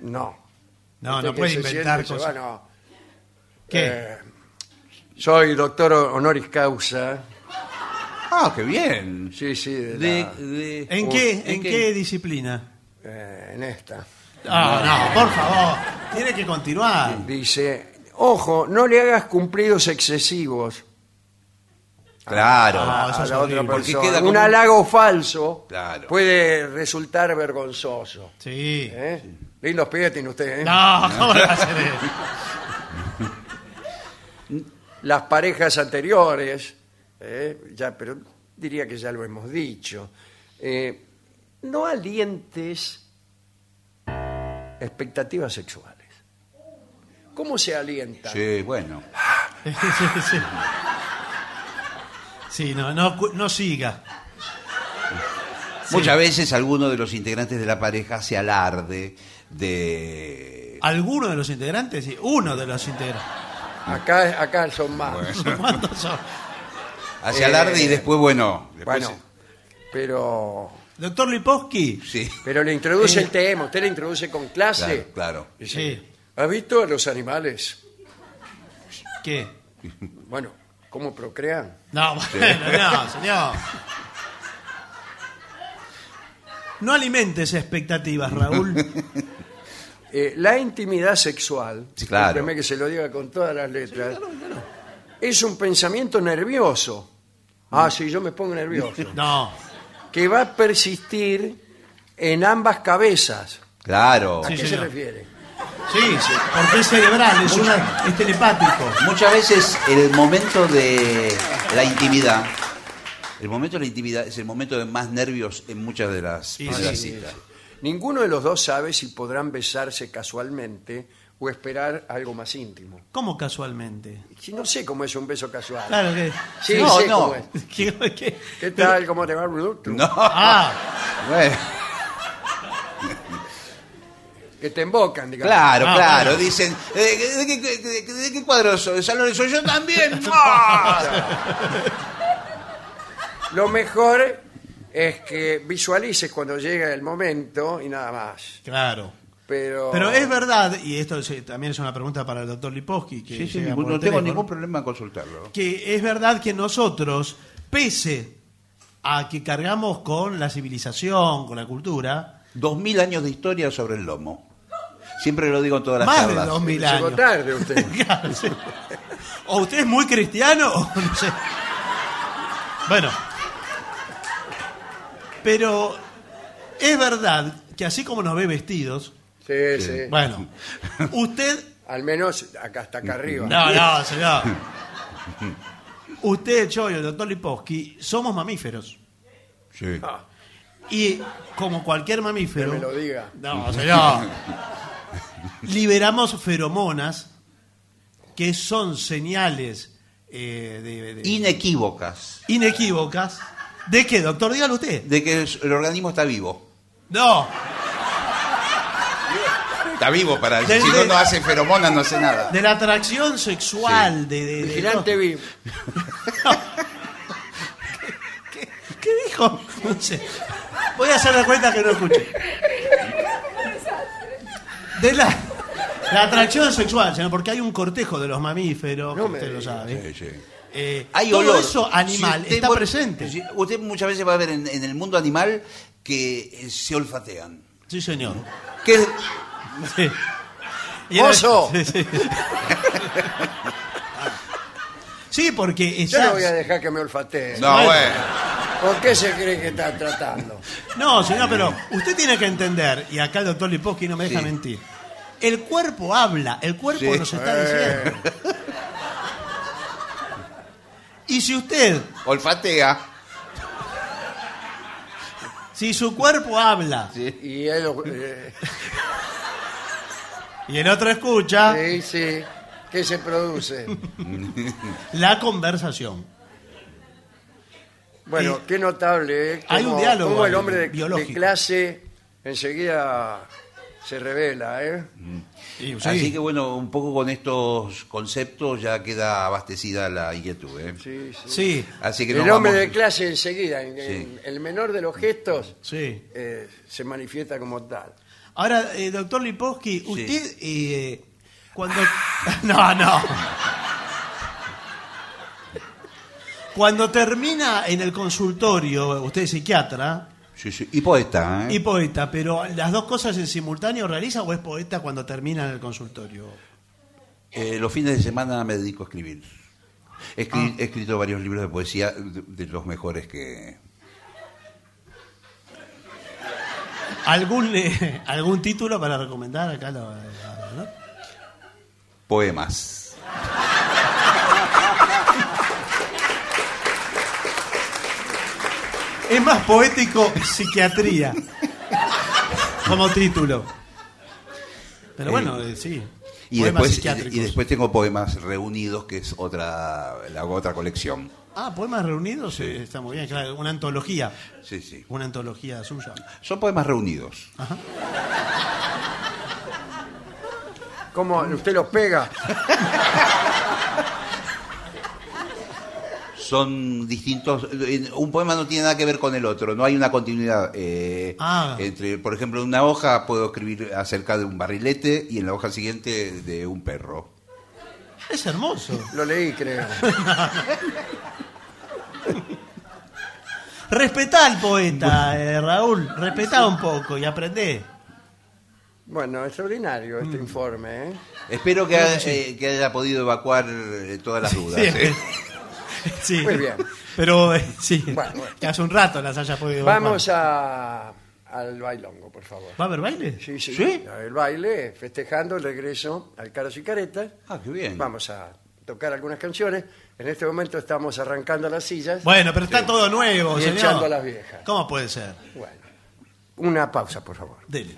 No.
No,
Usted
no
que
puede
se
inventar
siente, se va,
cosas.
no.
¿Qué?
Eh, soy doctor honoris causa.
Ah, qué bien.
Sí, sí, de
De-
la-
de-
¿En
Uy,
qué, en, qué? disciplina?
eh, en esta.
Ah, no, por favor. Tiene que continuar.
Dice, ojo, no le hagas cumplidos excesivos
Claro.
Ah, eso
a
es
la otra
horrible.
Porque
persona.
queda como
Un
un-
halago falso
Claro.
puede resultar vergonzoso.
Sí.
¿eh? Lindos pies tiene usted. ¿eh?
No, ¿cómo le va a hacer eso?
Las parejas anteriores, ¿eh? ya, pero diría que ya lo hemos dicho. Eh, no alientes expectativas sexuales. ¿Cómo se alienta?
Sí, bueno.
Sí, sí, sí. Sí, no, no, cu- no siga.
Muchas veces alguno de los integrantes de la pareja se alarde de...
¿Alguno de los integrantes? Sí, uno de los integrantes.
Acá, acá son más.
¿Cuántos son?
hace alarde y después, bueno. después-
Eh, Bueno, pero...
Doctor Lipovsky.
Sí.
Pero le introduce el tema, usted le introduce con clase.
Claro, claro.
Sí. ¿Has visto a los animales?
¿Qué?
Bueno, ¿cómo procrean?
No, bueno, no, señor. No alimentes expectativas, Raúl.
Eh, la intimidad sexual,
Sí, claro.
discúlpeme que se lo diga con todas las letras, es un pensamiento nervioso. Ah, sí, yo me pongo nervioso.
No.
Que va a persistir en ambas cabezas.
Claro.
¿A qué se refiere?
Sí, sí, porque es cerebral, es, una- es telepático.
Muchas veces el momento de la intimidad, el momento de la intimidad es el momento de más nervios en muchas de las, de
sí,
las
sí,
citas.
Ninguno de los dos sabe si podrán besarse casualmente o esperar algo más íntimo.
¿Cómo casualmente?
Si No sé cómo es un beso casual.
Claro que.
Sí,
no,
sé
no.
cómo es.
¿Qué- qué?
¿Qué tal? ¿Cómo te va, Rudolf?
No.
Ah,
Bueno,
Que te embocan, digamos.
claro,
Ah,
claro.
bueno.
Dicen, eh, ¿de, qué, de qué- de qué cuadro soy? Salón soy yo también. ¡Ah!
Lo mejor es que visualices cuando llega el momento y nada más.
claro.
Pero,
Pero es verdad, y esto es- también es una pregunta para el doctor Lipovsky, que
Sí, sí,
llega
ningún-
por
no
el
tengo
teléfono,
ningún problema en consultarlo.
que es verdad que nosotros, pese a que cargamos con la civilización, con la cultura,
Dos mil años de historia sobre el lomo. Siempre lo digo en todas las
más de
charlas.
dos mil
Llegó
años.
tarde usted.
Claro, sí. O usted es muy cristiano o no sé. Bueno. Pero es verdad que así como nos ve vestidos,
Sí, sí.
bueno, usted...
Al menos acá hasta acá arriba.
No, no, señor. Usted, yo y el doctor Lipovsky somos mamíferos.
Sí.
Ah,
Y como cualquier
que me
mamífero,
lo diga.
No, señor. Liberamos feromonas que son señales eh, de- de-
Inequívocas.
inequívocas. ¿De qué, doctor? Dígalo usted.
De que el organismo está vivo.
No,
Está vivo para
Del-
Si no,
del-
no hace feromonas, no hace nada.
de la atracción sexual, de... de- de-
Vigilante vivo.
¿Qué dijo? No sé. Voy a hacer la cuenta que no escuché. De la, la atracción sexual, señor, porque hay un cortejo de los mamíferos,
No
que
me
usted lo
diga,
sabe.
Sí, sí.
Eh,
Hay
todo
olor.
eso animal
Si usted
está
vol-
presente.
si- Usted muchas veces va a ver en, en el mundo animal que eh, se olfatean.
Sí, señor.
Que
Sí. Y era-
Oh.
¡Oso!
Sí, sí. Sí, porque
Yo
está-
no voy a dejar que me olfatee.
No,
Bueno.
bueno.
¿Por qué se cree que está tratando?
No, señor, pero usted tiene que entender, y acá el doctor Lipovsky no me deja
Sí.
mentir. El cuerpo habla, el cuerpo
Sí.
nos está diciendo.
Eh.
Y si usted,
Olfatea.
si su cuerpo habla
Y él... eh,
y el otro escucha,
sí, sí. ¿Qué se produce?
la conversación.
Bueno,
Sí.
qué notable. ¿eh?
Hay un
Cómo-
diálogo
cómo
ahí,
el hombre de,
biológico.
de clase enseguida se revela, ¿eh?
Así que bueno, un poco con estos conceptos ya queda abastecida la inquietud. ¿eh?
Sí, sí.
Sí,
Así que
El
nos
hombre
vamos-
de clase enseguida, en- en el menor de los gestos,
sí.
eh, se manifiesta como tal.
Ahora, eh, doctor Lipovsky, usted eh, cuando... No, no. Cuando termina en el consultorio, usted es psiquiatra
Sí, sí. Y poeta. ¿eh?
y poeta, pero las dos cosas en simultáneo realiza o es poeta cuando termina en el consultorio.
Eh, los fines de semana me dedico a escribir. Escri-
Ah.
He escrito varios libros de poesía, de, de los mejores que...
¿Algún, eh, algún título para recomendar acá? Lo- ¿no?
Poemas.
Es más poético psiquiatría como título. Pero bueno, eh, sí.
Y
poemas
después,
psiquiátricos.
y, y después tengo poemas reunidos, que es otra, la otra colección.
Ah, poemas reunidos, eh, está muy bien, claro, una antología,
Sí, sí.
una antología suya.
Son poemas reunidos.
¿Cómo usted los pega?
son distintos. eh, Un poema no tiene nada que ver con el otro, no hay una continuidad. eh,
Ah.
entre, por ejemplo, en una hoja puedo escribir acerca de un barrilete y en la hoja siguiente de un perro.
Es hermoso.
Lo leí, creo.
Respetá al poeta, eh, Raúl. Respetá un poco y aprendé.
Bueno, extraordinario este informe, ¿eh?
Espero que,
Creo
ha-
que sí.
eh, que haya podido evacuar eh, todas las dudas.
sí.
¿eh?
Sí.
Muy bien.
Pero eh, sí,
bueno.
que hace un rato las haya podido ver.
Vamos a, al bailongo, por favor.
¿Va a haber baile?
Sí, sí.
¿Sí?
El baile, festejando el regreso al Caras y Caretas.
Ah, qué bien.
Vamos a tocar algunas canciones. En este momento estamos arrancando las sillas.
Bueno, pero está todo nuevo,
Y
señor.
echando a las viejas.
¿Cómo puede ser?
Bueno. Una pausa, por favor.
Dele.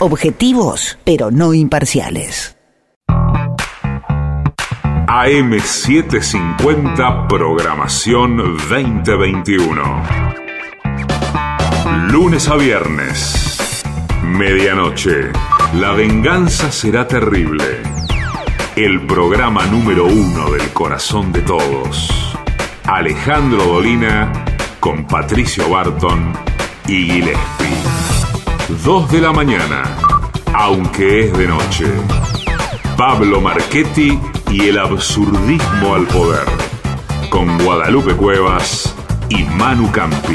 Objetivos, pero no imparciales.
AM750 Programación 2021. Lunes a viernes. Medianoche. La venganza será terrible. El programa número uno del corazón de todos. Alejandro Dolina con Patricio Barton y Gillespie. 2 de la mañana, aunque es de noche. Pablo Marchetti y el absurdismo al poder, con Guadalupe Cuevas y Manu Campi.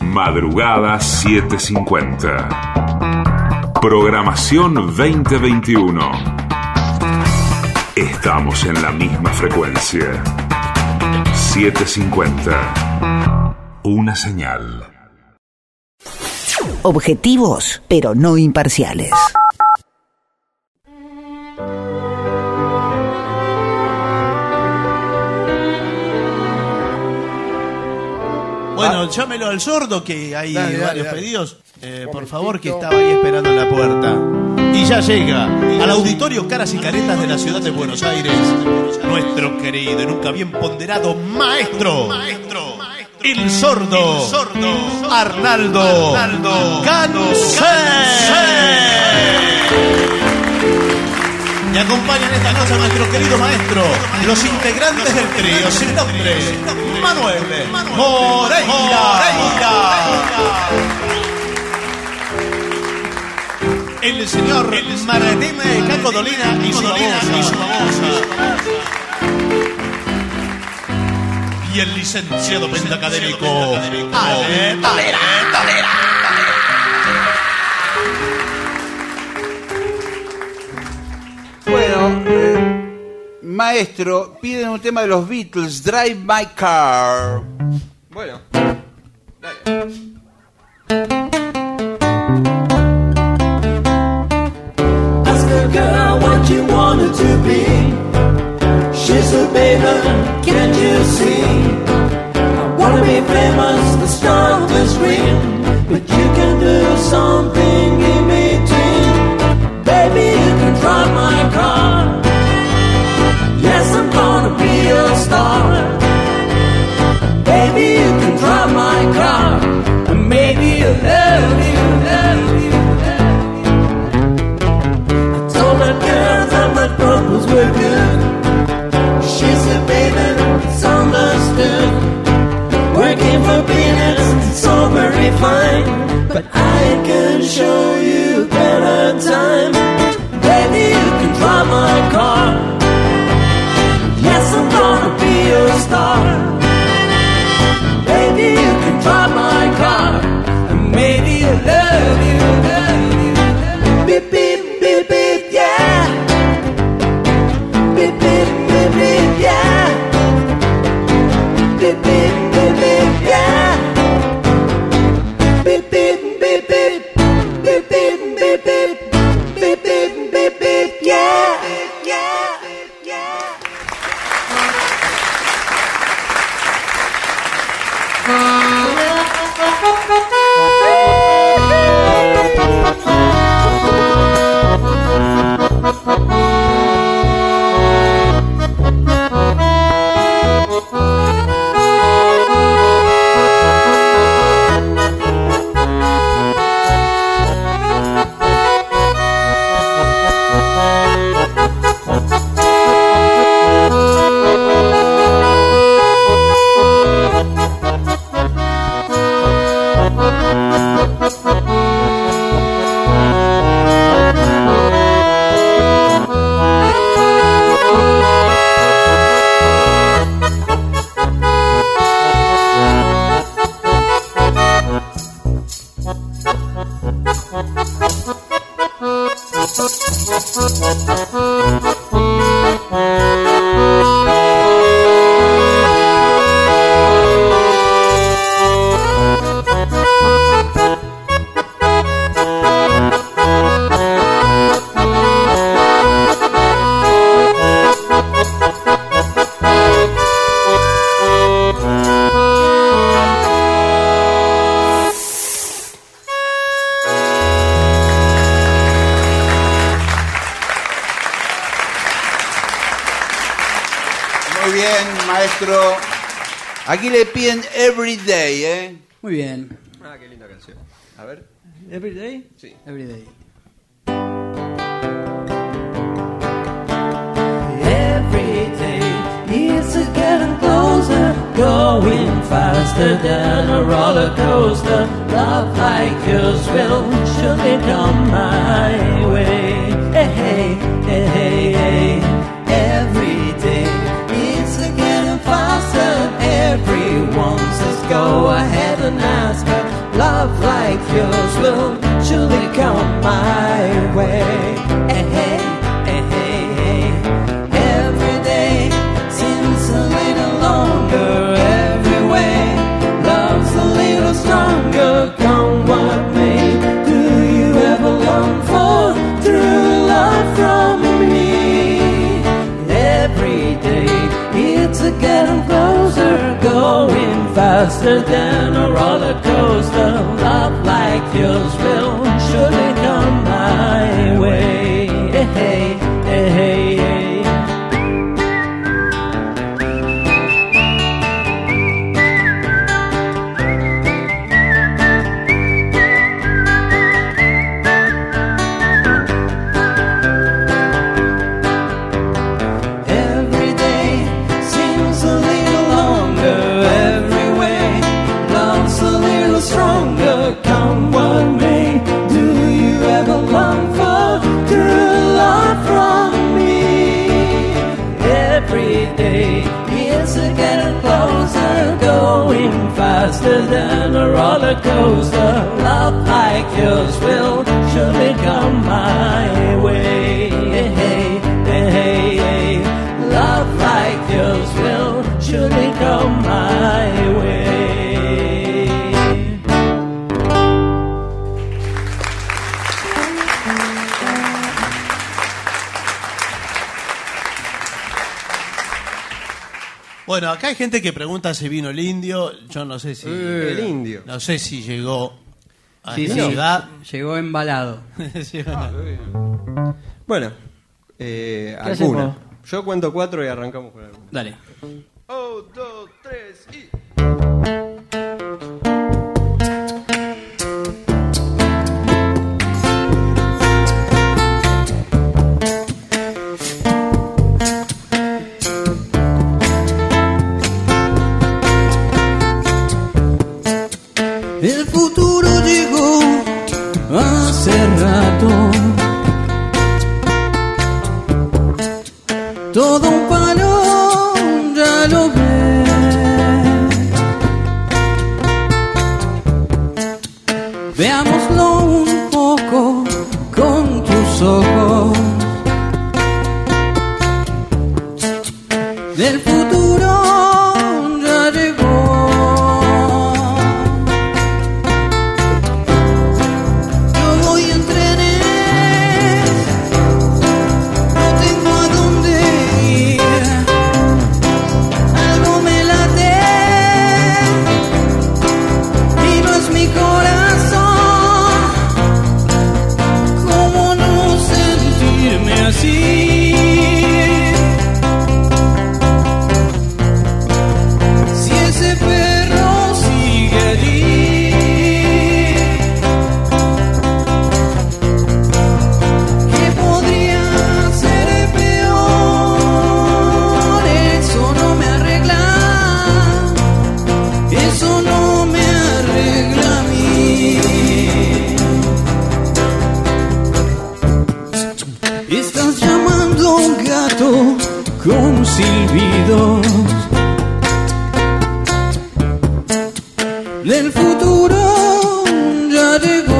Madrugada 7.50. Programación 2021. Estamos en la misma frecuencia. 7.50. Una señal.
Objetivos, pero no imparciales.
Bueno, llámelo al sordo que hay
Dale, dale,
varios
dale.
pedidos. Eh, por favor, que estaba ahí esperando en la puerta. Y ya llega al auditorio Caras y Caretas de la ciudad de Buenos Aires. Nuestro querido y nunca bien ponderado maestro. Maestro. El sordo. Arnaldo. Cancel. Y acompañan esta noche a nuestro querido maestro, los integrantes del trío sin nombre, Manuel Moreira. El señor Maradime de Caco Dolina y su babosa. Y el licenciado pentacadémico, Ale Tolera.
Bueno, eh, maestro, piden un tema de los Beatles, Drive My Car.
Bueno.
Ask a girl what you wanted to be. She's a baby, can't you see? I wanna be famous, the star of this ring. But you can do something in between. Baby, you can drive my car. Yes, I'm gonna be a star. Baby, you can drive my car. And maybe you love you, love you, love you. Told my girl that my problems were good. She said, baby, it's understood. Working for peanuts, it's all very fine. But I can show
Muy bien, maestro. Aquí le piden Everyday, ¿eh?
Muy bien.
Ah, qué linda canción. A ver.
Every day?
Sí.
Every day.
Every day it's a getting closer, going faster than a roller coaster. Love like yours will surely come my way. Hey, hey, hey, hey, hey. Every day it's a getting faster. Everyone says go ahead and ask her. Love like yours will surely come my way. Hey, hey, hey, hey, hey. Every day seems a little longer. Every way love's a little stronger. Come what may, do you ever long for true love from me? Every day it's a getting closer, going faster than a roller coaster. Love like yours will surely come my way. Hey, hey, hey, hey, hey. Every day seems a little longer. Every way love's a little stronger. Come what may, do you ever long for true love from me? Every day is a getting closer, going faster than a roller coaster. Love like yours will surely come my way. Hey, hey, hey. Love like yours will surely come my way.
Bueno, acá hay gente que pregunta si vino el indio. Yo no sé si.
Eh, el indio.
No sé si llegó a
Sí,
la
sí.
ciudad.
Llegó embalado.
Sí,
Ah,
Bueno, eh,
¿Qué
alguna.
hacemos?
Yo cuento cuatro y arrancamos con alguna.
Dale.
El futuro llegó hace rato. Todo un palo ya lo ves. Veámoslo un poco con tus ojos. Del futuro ya llegó. Yo voy en trenes, no tengo a dónde ir. Algo me late y no es mi corazón. ¿Cómo no sentirme así? Si ese perro sigue allí. ¿Qué podría ser peor? Eso no me arregla, eso no me arregla a mí. Estás llamando a un gato con silbidos del futuro ya llegó.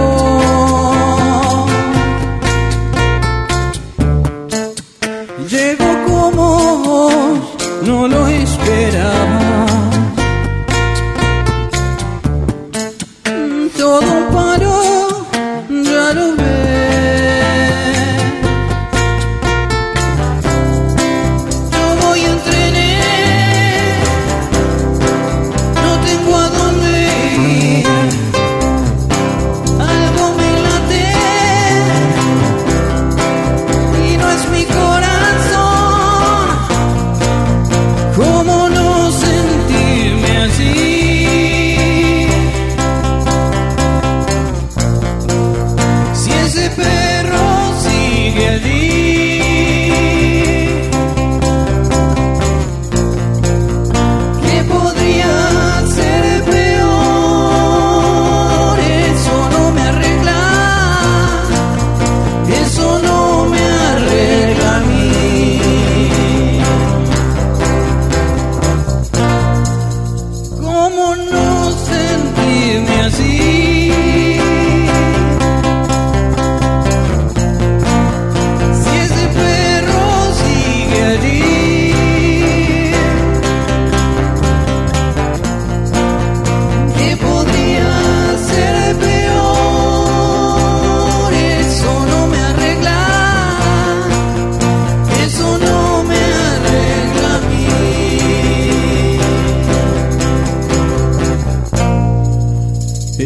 ese perro sigue allí. ¿Qué podría ser peor? Eso no me arregla, eso no me arregla a mí. ¿Cómo no sentirme así? Si ese perro sigue allí, ¿qué podría ser peor? Eso no me arregla, eso no me arregla a mí.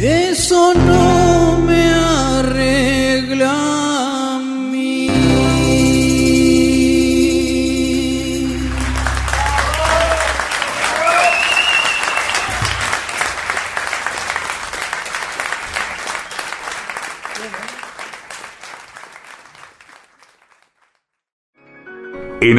Eso no me arregla a mí.
En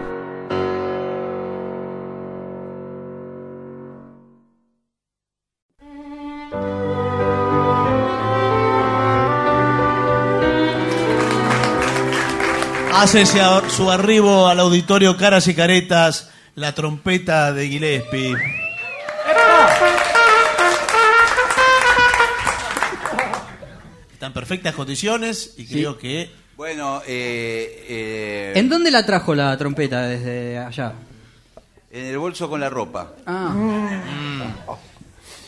Hace ese a- su arribo al auditorio Caras y Caretas, la trompeta de Gillespie. Está en perfectas condiciones y creo que...
Bueno, eh, eh,
¿En dónde la trajo la trompeta desde allá?
en el bolso con la ropa.
Ah.
Mm. Oh,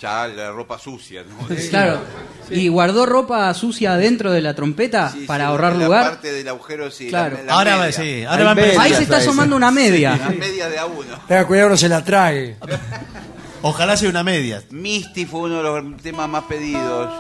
Ya la ropa sucia, ¿no?
Claro. ¿Y guardó ropa sucia dentro de la trompeta para ahorrar
la
lugar?
parte del agujero, sí.
Claro.
la- la
Ahora
media.
va- sí, ahora Hay va a empezar. medias Ahí se está a veces. asomando una media.
Sí, una media de a uno.
Tenga cuidado, no se la trague.
Ojalá sea una media.
Misty fue uno de los temas más pedidos.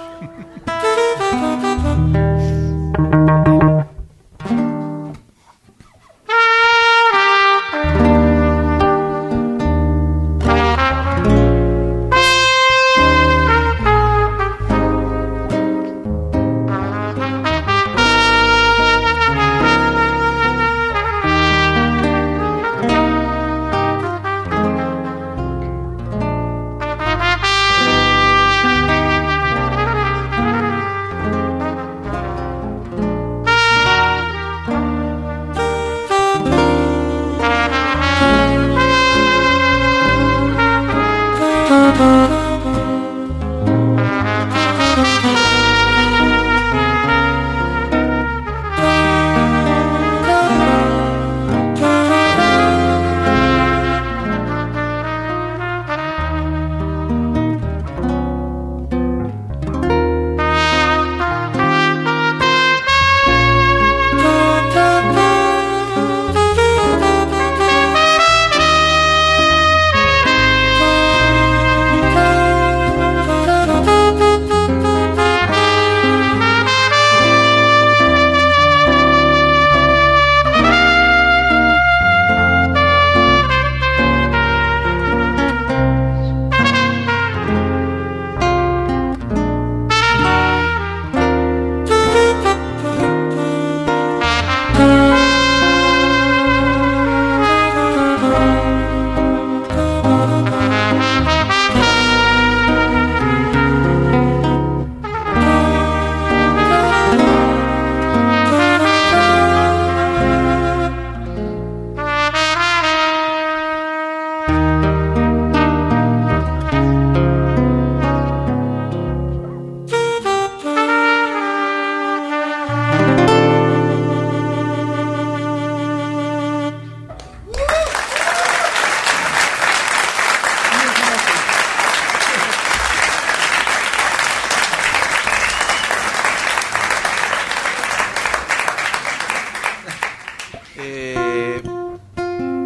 Eh,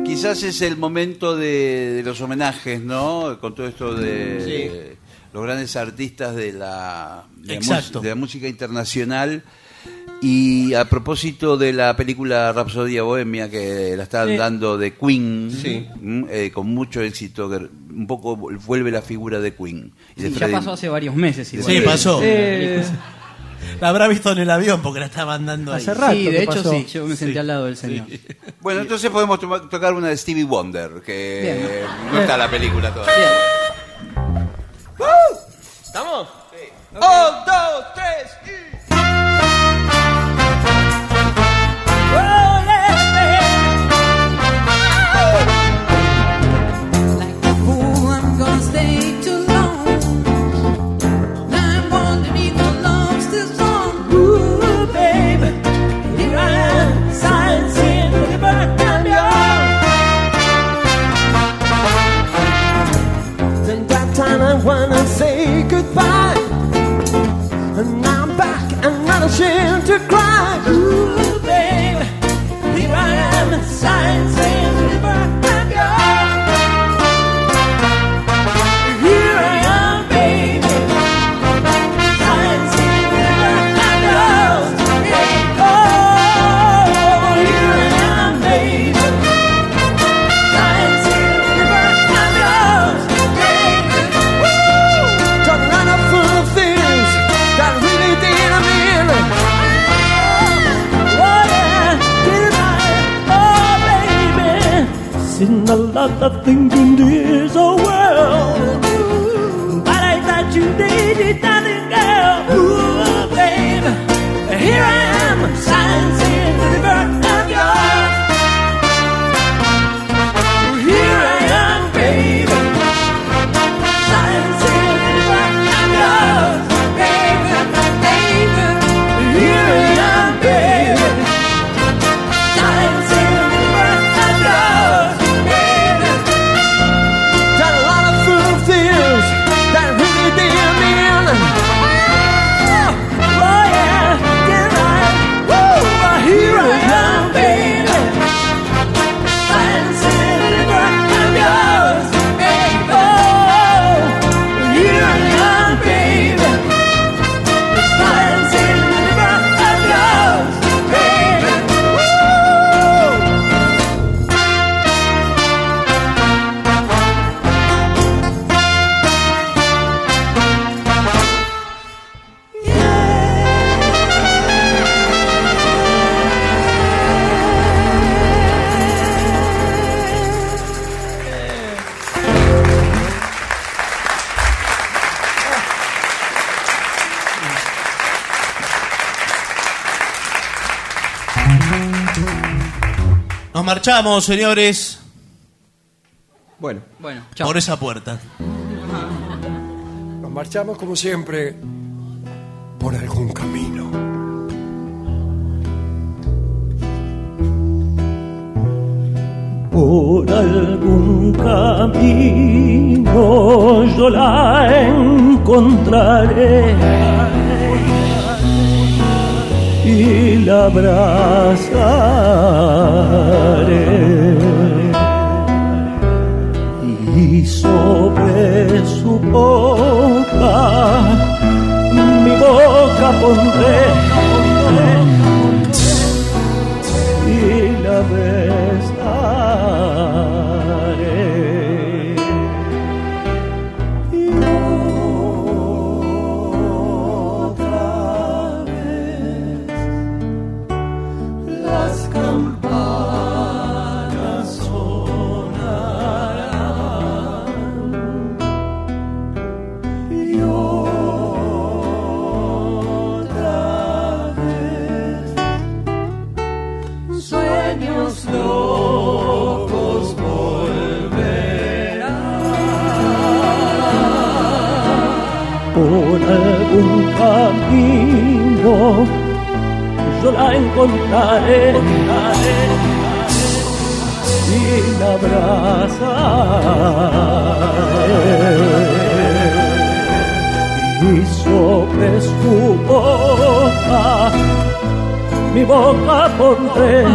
quizás es el momento de, de los homenajes, ¿no? Con todo esto de los grandes artistas de la, de la mus-
Exacto.
de la música internacional. Y a propósito de la película Rapsodia Bohemia que la están
Sí.
dando de Queen,
Sí.
mm, eh, con mucho éxito, que un poco vuelve la figura de Queen. Y de
Sí, ya
Freddie-
pasó hace varios meses.
de
igual.
Freddie.
Eh,
La habrá visto en el avión porque la estaban dando ahí.
sí, de hecho sí, yo me senté al lado del señor.
Bueno, entonces podemos toma- tocar una de Stevie Wonder, que
Bien.
no está la película todavía.
¿Estamos? Sí. Un, dos, tres y. Oh, yes, baby. Like a fool, I'm gonna stay too long. I'm wondering if your love's still strong. Ooh, baby, here I am, sighing, seeing, looking back at you. Then that time I wanna say goodbye. And now I'm back and not ashamed to cry. Ooh, baby, here I am, sighing, seeing, looking back at you. Here I am, baby. Oh, Oh, Seen Oh, a lot of things in this old world. But I thought you did it, darling girl. Ooh, babe. Here I am, signs in the birth of yours. Here I am, babe. Signs in the birth of yours. Baby, baby. Here I am, baby. Signs in the birth of yours. Baby. Done a lot of fool things that really did me in. Oh, yeah, did I? Woo, I hear I am, baby. Dancing in the dark, I'm yours, baby. Oh, here I am, baby. Dancing in the dark, I'm yours, baby. Woo.
Nos marchamos, señores. Bueno,
Bueno, chao.
por esa puerta.
Nos marchamos como siempre por algún camino.
por algún camino yo la encontraré y la abrazaré y sobre su boca mi boca pondré y la besaré. Y otra vez las campanas sonarán. Y otra vez sueños locos volverán por algún camino yo la encontraré y la abrazaré y sobre su boca mi boca pondré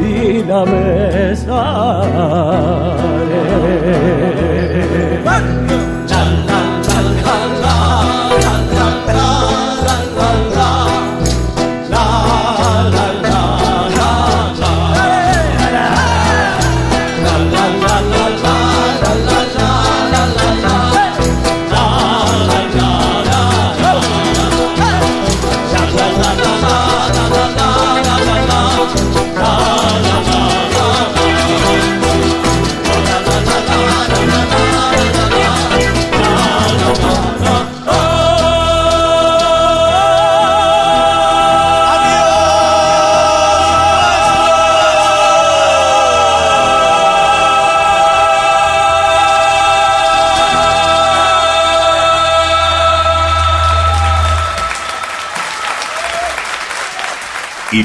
y la besaré.
La la la la la la la la la
Y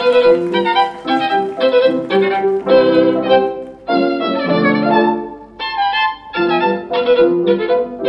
Thank you.